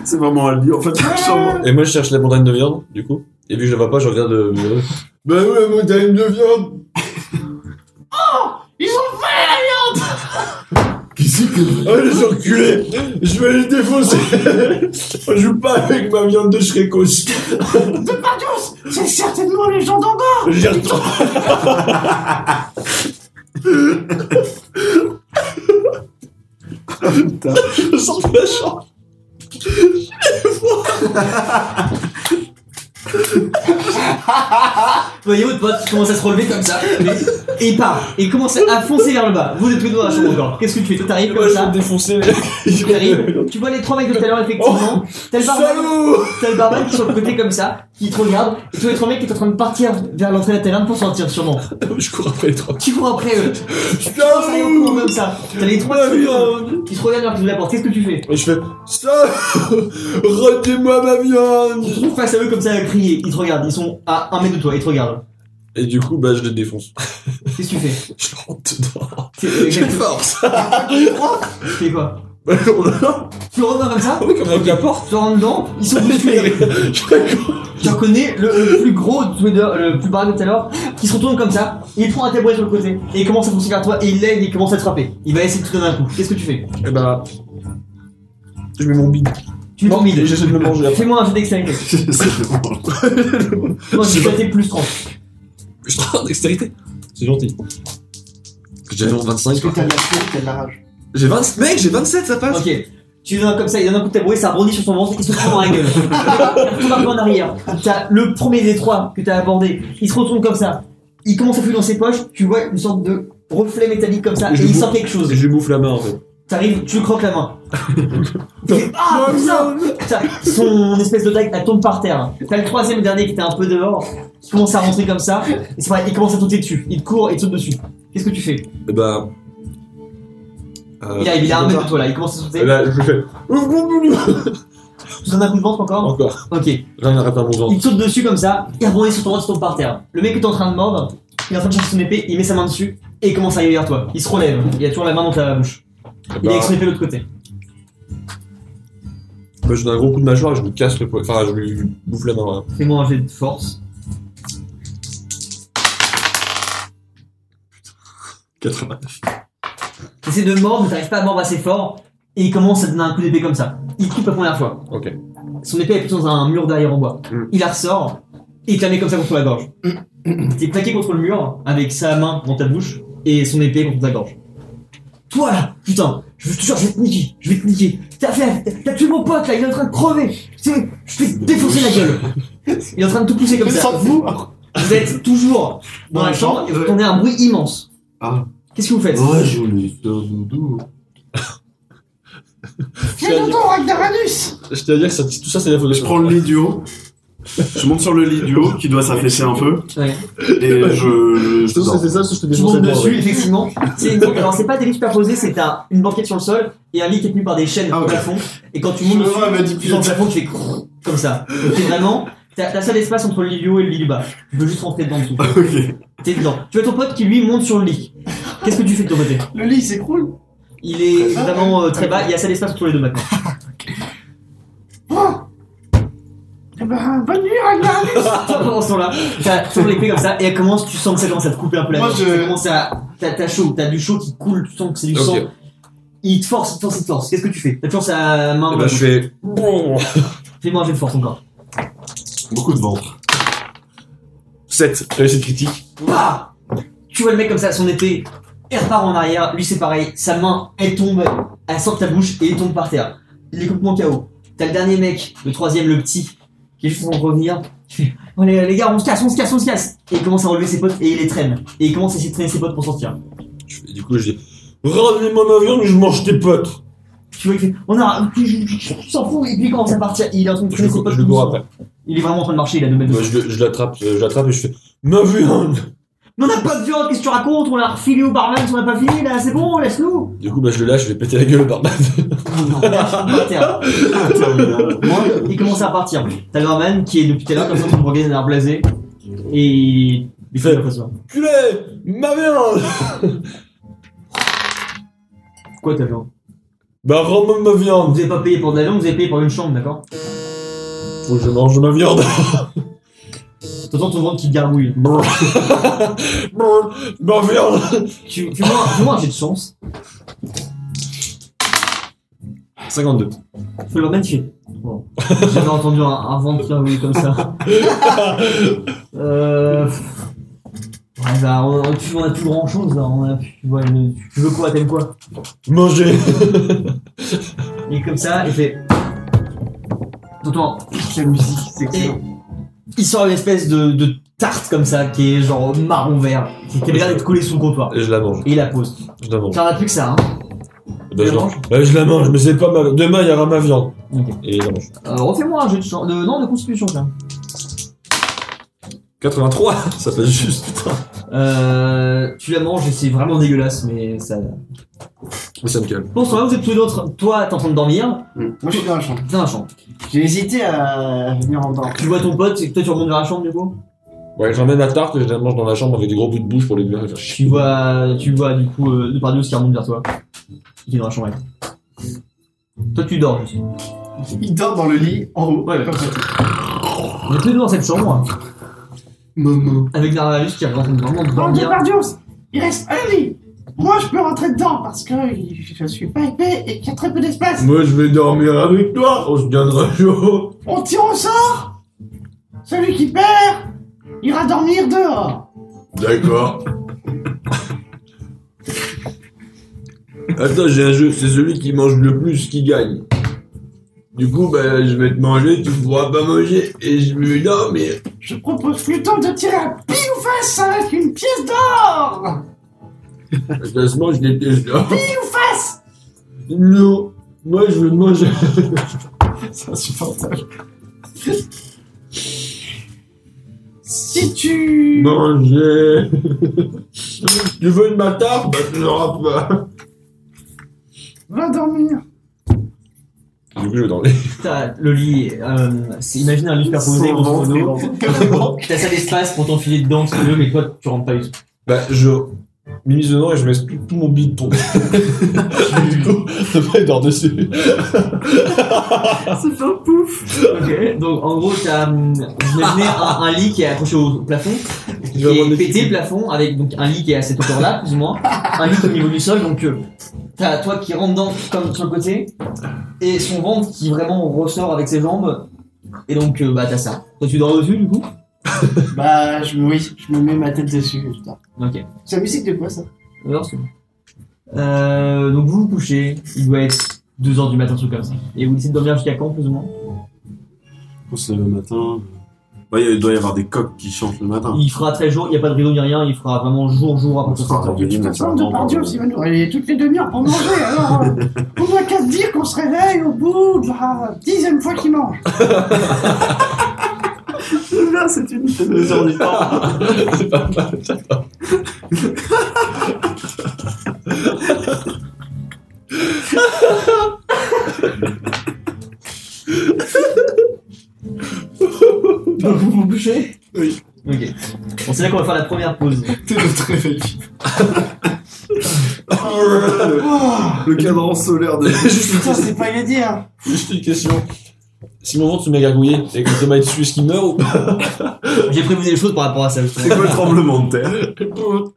Speaker 8: C'est vraiment un lit en fait.
Speaker 7: Euh,
Speaker 2: Et moi, je cherche la montagne de viande, du coup. Et vu que je la vois pas, je regarde. euh, <laughs> euh, Bah où la montagne de <laughs> viande Oh,
Speaker 7: Ils ont fait
Speaker 2: <laughs>
Speaker 3: Qui c'est que.
Speaker 2: Oh, les enculés Je vais les <laughs> défoncer On joue pas avec ma viande de Shrek <laughs> aussi
Speaker 7: de Pardius C'est certainement les gens d'en bas
Speaker 2: J'ai retrouvé Je sors de la chambre
Speaker 1: Vous voyez votre pote commence à se relever comme ça, mais- et il part, et il commence à foncer vers le bas. Vous êtes tous les deux dans la chambre encore. Qu'est-ce que tu fais Toi, T'arrives comme ça,
Speaker 2: défoncer
Speaker 1: tu
Speaker 7: <laughs>
Speaker 1: arrives, tu vois les trois mecs de tout à l'heure
Speaker 7: Oh,
Speaker 1: effectivement, t'as le barman, t'as le barman qui est sur le côté comme ça, qui te regarde, et tous les trois mecs qui sont en train de partir vers l'entrée de la taverne pour sortir sûrement.
Speaker 2: <laughs> Je cours après les trois.
Speaker 1: Tu cours après eux,
Speaker 2: Putain,
Speaker 1: ça y est, on court comme ça. T'as les trois qui, qui se regardent alors qu'ils vous la portent. qu'est-ce que tu fais
Speaker 2: Et je fais ça <laughs> Rendez-moi ma
Speaker 1: Tu
Speaker 2: viande
Speaker 1: te trouves face à eux comme ça à crier, ils te regardent, ils sont à un mètre de toi, ils te regardent.
Speaker 2: Et du coup, bah je les défonce. <laughs>
Speaker 1: Qu'est-ce que tu <laughs> fais
Speaker 2: Je leur rentre dedans. <laughs>
Speaker 1: C'est-
Speaker 2: Je les force
Speaker 1: Tu fais quoi
Speaker 2: Bah on l'a
Speaker 1: Tu reviens comme ça
Speaker 2: comme avec la porte
Speaker 1: Tu te rends dedans, ils sont tous tués.
Speaker 2: <laughs> Je fais quoi
Speaker 1: Tu reconnais le, le plus gros de tous les deux, le plus barré de tout à l'heure, qui se retourne comme ça, et il prend un tabouret sur le côté, et il commence à foncer vers toi, et il lève, et il commence à te frapper. Il va essayer de te donner un coup. Qu'est-ce que tu fais
Speaker 2: Et bah. Je mets mon bide.
Speaker 1: Tu mets ton mid.
Speaker 2: J'essaie de le manger après.
Speaker 1: Fais-moi un jeu d'extérieur. Moi, je vais plus 30.
Speaker 6: Je te rends dextérité.
Speaker 2: C'est gentil.
Speaker 3: J'avais 25.
Speaker 4: Est-ce que t'as de la fièvre, t'as de la rage
Speaker 6: J'ai 20... Mec, j'ai 27, ça passe.
Speaker 1: Ok. Tu lui donnes comme ça, il donne un coup de tabouret, ça rebondit sur son ventre, il se prend dans la gueule. <laughs> il retourne un peu en arrière. T'as le premier des trois que t'as abordé, il se retourne comme ça. Il commence à fouiller dans ses poches, tu vois une sorte de reflet métallique comme ça,
Speaker 2: Je
Speaker 1: et il
Speaker 2: bouffe.
Speaker 1: sort quelque chose.
Speaker 2: Et je lui bouffe la main en fait.
Speaker 1: T'arrives, tu lui croques la main. Il fait, ah, putain Putain, Son espèce de dague, elle tombe par terre. hein. T'as le troisième et dernier qui était un peu dehors, qui commence à rentrer comme ça, et c'est pareil, il commence à sauter dessus. Il te court et te saute dessus. Qu'est-ce que tu fais
Speaker 2: Et bah. euh,
Speaker 1: Il arrive, il a un mètre de toi là, il commence à
Speaker 2: Et
Speaker 1: sauter.
Speaker 2: Euh, là, je fais. Ouvre mon boulot
Speaker 1: Tu donnes un coup de ventre encore
Speaker 2: Encore.
Speaker 1: Ok.
Speaker 2: Rien n'arrête à mon ventre.
Speaker 1: Il te saute dessus comme ça, il rebondit sur ton droit, tu tombes par terre. Le mec que t'es en train de mordre, il est en train de chercher son épée, il met sa main dessus et il commence à aller vers toi. Il se relève, il a toujours la main dans ta bouche.
Speaker 2: Et
Speaker 1: Il est
Speaker 2: bah,
Speaker 1: avec son épée de l'autre côté.
Speaker 2: bah, je donne un gros coup de mâchoire et je lui casse le poing. Enfin, je lui bouffe la main. hein. voilà.
Speaker 1: Fais-moi un jet de force.
Speaker 2: 89.
Speaker 1: T'essaies de mordre, mais t'arrives pas à mordre assez fort et il commence à te donner un coup d'épée comme ça. Il te coupe la première fois.
Speaker 2: Ok.
Speaker 1: Son épée est plutôt dans un mur derrière en bois.
Speaker 2: Mm.
Speaker 1: Il la ressort et il te la met comme ça contre la gorge. T'es plaqué contre le mur avec sa main dans ta bouche et son épée contre ta gorge. Toi là, putain, je te jure, je vais te niquer, je vais te niquer. T'as fait, t'as tué mon pote là, il est en train de crever. C'est- Je vais te défoncer la gueule. Il est en train de tout pousser comme
Speaker 4: Mais
Speaker 1: ça.
Speaker 4: sans vous
Speaker 1: Vous êtes toujours dans la chambre et vous entendez un bruit immense.
Speaker 3: Ah.
Speaker 1: Qu'est-ce que vous faites
Speaker 3: Ouais, je voulais juste un doudou.
Speaker 7: Fais le don, Ardanus
Speaker 2: Je t'ai à dire que ça- tout ça, c'est la faute de
Speaker 8: Je prends le lit du haut. Je monte sur le lit du haut qui doit s'affaisser un peu.
Speaker 1: Ouais.
Speaker 8: Et je. je
Speaker 2: Tout ça,
Speaker 8: dors.
Speaker 2: c'est ça, c'est que je te
Speaker 1: Tu
Speaker 2: défonce
Speaker 1: montes
Speaker 2: la main,
Speaker 1: dessus,
Speaker 8: <laughs>
Speaker 2: ouais.
Speaker 1: effectivement. C'est une banque- Alors, c'est pas des lits superposés, c'est un- une banquette sur le sol et un lit qui est tenu par des chaînes
Speaker 8: Ah,
Speaker 1: au
Speaker 8: ok.
Speaker 1: plafond. Et quand tu
Speaker 8: Je
Speaker 1: montes
Speaker 8: me
Speaker 1: dessus,
Speaker 8: vois, elle m'a dit
Speaker 1: tu sens le plafond, tu fais <laughs> crrr, comme ça. Donc, t'es vraiment, t'as t'as seul espace entre le lit du haut et le lit du bas. Tu peux juste rentrer dedans dessous.
Speaker 8: Ah, Ok.
Speaker 1: T'es dedans. Tu as ton pote qui lui monte sur le lit. Qu'est-ce que tu fais de ton côté
Speaker 4: Le lit s'écroule
Speaker 1: Il est vraiment euh, très bas, il y a seul espace entre les deux maintenant.
Speaker 7: Eh ben, bonne nuit, Ardanus
Speaker 1: Toi, pendant ce temps-là, t'as toujours l'épée comme ça et elle commence, tu sens que ça commence à te couper un peu la
Speaker 4: Moi,
Speaker 1: gorge.
Speaker 4: je-
Speaker 1: Ça commence à. T'as t'as chaud, t'as du chaud qui coule, tu sens que c'est du
Speaker 2: Ok.
Speaker 1: sang. Il te force, il te force, il te force. Qu'est-ce que tu fais T'as toujours sa main.
Speaker 2: Et bah, je fais.
Speaker 1: Fais-moi un jet de force encore.
Speaker 3: Beaucoup de ventre.
Speaker 2: 7. Réussite critique.
Speaker 1: Bah tu vois le mec comme ça, son épée, il repart en arrière, lui c'est pareil, sa main, elle tombe, elle sort de ta bouche et il tombe par terre. Il est complètement KO. T'as le dernier mec, le troisième, le petit, qui est juste en train de revenir, qui fait Oh, les, les gars, on se casse, on se casse, on se casse Et il commence à relever ses potes et il les traîne. Et il commence à essayer de traîner ses potes pour sortir.
Speaker 2: Je fais- Du coup, je dis. Rendez-moi ma viande ou je mange tes potes.
Speaker 1: Tu vois, il fait On a. Je s'en fous et puis il commence à partir. Il est en train de
Speaker 2: Je le
Speaker 1: traîner ses
Speaker 2: cou-
Speaker 1: potes.
Speaker 2: je le
Speaker 1: comme
Speaker 2: cours
Speaker 1: ça.
Speaker 2: après.
Speaker 1: Il est vraiment en train de marcher, il a deux mètres de
Speaker 2: Bah, je le- je l'attrape, euh, je l'attrape et je fais. Ma viande
Speaker 1: Mais on n'a pas de viande, qu'est-ce que tu racontes On l'a refilé au barman, on n'a pas fini là, c'est bon, laisse-nous
Speaker 2: Du coup, bah, je le lâche, je vais péter la gueule au barman.
Speaker 1: Non, non, lâche-le par terre.
Speaker 4: Moi,
Speaker 1: Il commence à partir. T'as le barman qui est depuis tout à l'heure, comme ça, on le regarde d'un air blasé. Et. Il fait la façon.
Speaker 2: Culé Ma viande
Speaker 1: Quoi ta viande
Speaker 2: Bah, rends-moi ma
Speaker 1: Vous
Speaker 2: viande
Speaker 1: avez pas payé pour de la viande, vous avez payé pour une chambre, d'accord
Speaker 2: Faut que je mange ma viande
Speaker 1: T'entends ton ventre qui gargouille.
Speaker 2: Brrr. Brrr. Ma viande
Speaker 1: Tu, tu vois, tu vois, j'ai de chance.
Speaker 2: 52.
Speaker 1: Faut le barman, tu fais. Bon. J'avais entendu un, un ventre qui gargouille comme ça. euh. Ouais, bah, on, on- tu- on a plus grand chose là. On a, plus- tu, vois, une- tu veux quoi, t'aimes quoi
Speaker 2: Manger
Speaker 1: Il est comme ça, il fait. T'entends
Speaker 4: la musique, <laughs> c'est excellent.
Speaker 1: Il sort une espèce de, de tarte comme ça, qui est genre marron vert, qui qui avait l'air d'être collée sous le comptoir.
Speaker 2: Et je la mange.
Speaker 1: Et il la pose.
Speaker 2: Je la mange.
Speaker 1: T'en as plus que ça, hein
Speaker 2: Bah, je,
Speaker 1: la
Speaker 2: la...
Speaker 1: manges
Speaker 2: bah, je la mange, mais c'est pas ma... Demain, il y aura ma viande.
Speaker 1: Ok.
Speaker 2: Et je la mange.
Speaker 1: Euh, Refais-moi un jeu de, chan- de. Non, de constitution, tiens.
Speaker 2: 83 Ça passe juste, putain.
Speaker 1: Euh, tu la manges et c'est vraiment dégueulasse, mais ça.
Speaker 2: Mais ça me calme.
Speaker 1: Bon, là, vous êtes tous les autres. Toi, t'es en train de dormir.
Speaker 4: Moi, je suis dans la chambre.
Speaker 1: T'es dans la chambre.
Speaker 4: J'ai hésité à venir en dedans.
Speaker 1: Tu vois ton pote, et toi, tu remontes vers la chambre, du coup
Speaker 2: Ouais, j'emmène la tarte et je la mange dans la chambre avec des gros bouts de bouche pour les faire
Speaker 1: Tu
Speaker 2: chier.
Speaker 1: vois, tu vois, du coup, euh, Depardieu qui remonte vers toi. Qui est dans la chambre, ouais. Toi, tu dors, je sais.
Speaker 4: Il dort dans le lit, en haut.
Speaker 1: Ouais.
Speaker 4: comme ça.
Speaker 1: On est tous les deux dans cette chambre, hein.
Speaker 4: Maman.
Speaker 1: avec Narvalus qui est en train de vraiment
Speaker 7: Bon,
Speaker 1: dormir.
Speaker 7: Depardius, il reste un lit. Moi, je peux rentrer dedans parce que je suis pas épais et qu'il y a très peu d'espace.
Speaker 2: Moi, je vais dormir avec toi, on se viendra chaud.
Speaker 7: On tire au sort. Celui qui perd ira dormir dehors.
Speaker 2: D'accord. Attends, j'ai un jeu, c'est celui qui mange le plus qui gagne. Du coup, bah, je vais te manger, tu pourras pas manger, et je vais dormir.
Speaker 7: Je propose plutôt de tirer à pile ou face avec une pièce d'or. <laughs>
Speaker 2: Ça se mange des pièces d'or.
Speaker 7: Pile ou face
Speaker 2: Non, moi je veux manger.
Speaker 4: C'est insupportable.
Speaker 7: Si tu.
Speaker 2: Manger. tu veux une bâtard Bah, tu n'auras pas.
Speaker 7: Va dormir.
Speaker 2: Du coup, je vais dormir.
Speaker 1: T'as le lit, euh, c'est- imagine un lit superposé
Speaker 4: Sans
Speaker 1: contre
Speaker 4: ventre,
Speaker 1: l'eau.
Speaker 4: carrément.
Speaker 1: T'as ça d'espace pour t'enfiler dedans si tu veux, mais toi, tu rentres pas du tout.
Speaker 2: Bah, je mise dedans et je laisse tout, tout mon bide <laughs> tomber. du coup, après, il dort dessus.
Speaker 5: C'est un pouf.
Speaker 1: Ok, donc en gros, t'as, hum, vous imaginez un, un lit qui est accroché au plafond, qui
Speaker 2: Je vais avoir
Speaker 1: est
Speaker 2: des
Speaker 1: pété le plafond, avec donc un lit qui est à cette hauteur-là, plus ou moins, un lit au niveau du sol, donc euh, t'as toi qui rentre dedans comme sur le côté, et son ventre qui vraiment ressort avec ses jambes, et donc euh, bah t'as ça. Toi tu dors dessus du coup
Speaker 4: Bah, je, oui, je me mets ma tête dessus. putain.
Speaker 1: Ok.
Speaker 4: C'est la musique de quoi ça
Speaker 1: Alors, c'est bon. Euh, donc vous vous couchez, il doit être 2h du matin, un truc comme ça, et vous essayez de dormir jusqu'à quand plus ou moins
Speaker 8: Oh,
Speaker 3: On se lève le matin. Ouais, il doit y avoir des coqs qui chantent le matin.
Speaker 1: Il fera très jour, il n'y a pas de rideau ni rien, il fera vraiment jour jour à
Speaker 3: On
Speaker 1: partir de
Speaker 3: sera
Speaker 1: cette heure.
Speaker 3: réveillé
Speaker 7: De toute façon,
Speaker 3: naturellement.
Speaker 7: Depardieu, il va nous réveiller toutes les demi-heures pour manger. Alors,
Speaker 5: <laughs>
Speaker 7: euh, on doit qu'à se dire qu'on se réveille au bout de la dixième fois qu'il mange.
Speaker 5: <laughs> Là, c'est une.
Speaker 3: Deux du temps.
Speaker 1: Donc vous vous couchez Oui. Ok. Bon, c'est là qu'on va faire la première pause.
Speaker 4: T'es notre réveil.
Speaker 7: <laughs> Oh,
Speaker 8: Le cadran solaire de.
Speaker 4: Putain, c'est pas gagné, hein.
Speaker 2: <laughs> Juste une question. Si mon ventre se met à gargouiller et que Thomas est dessus, est-ce qu'il meurt ou pas
Speaker 1: J'ai prévu des choses par rapport à ça. justement.
Speaker 8: C'est quoi le tremblement de terre
Speaker 2: Bon,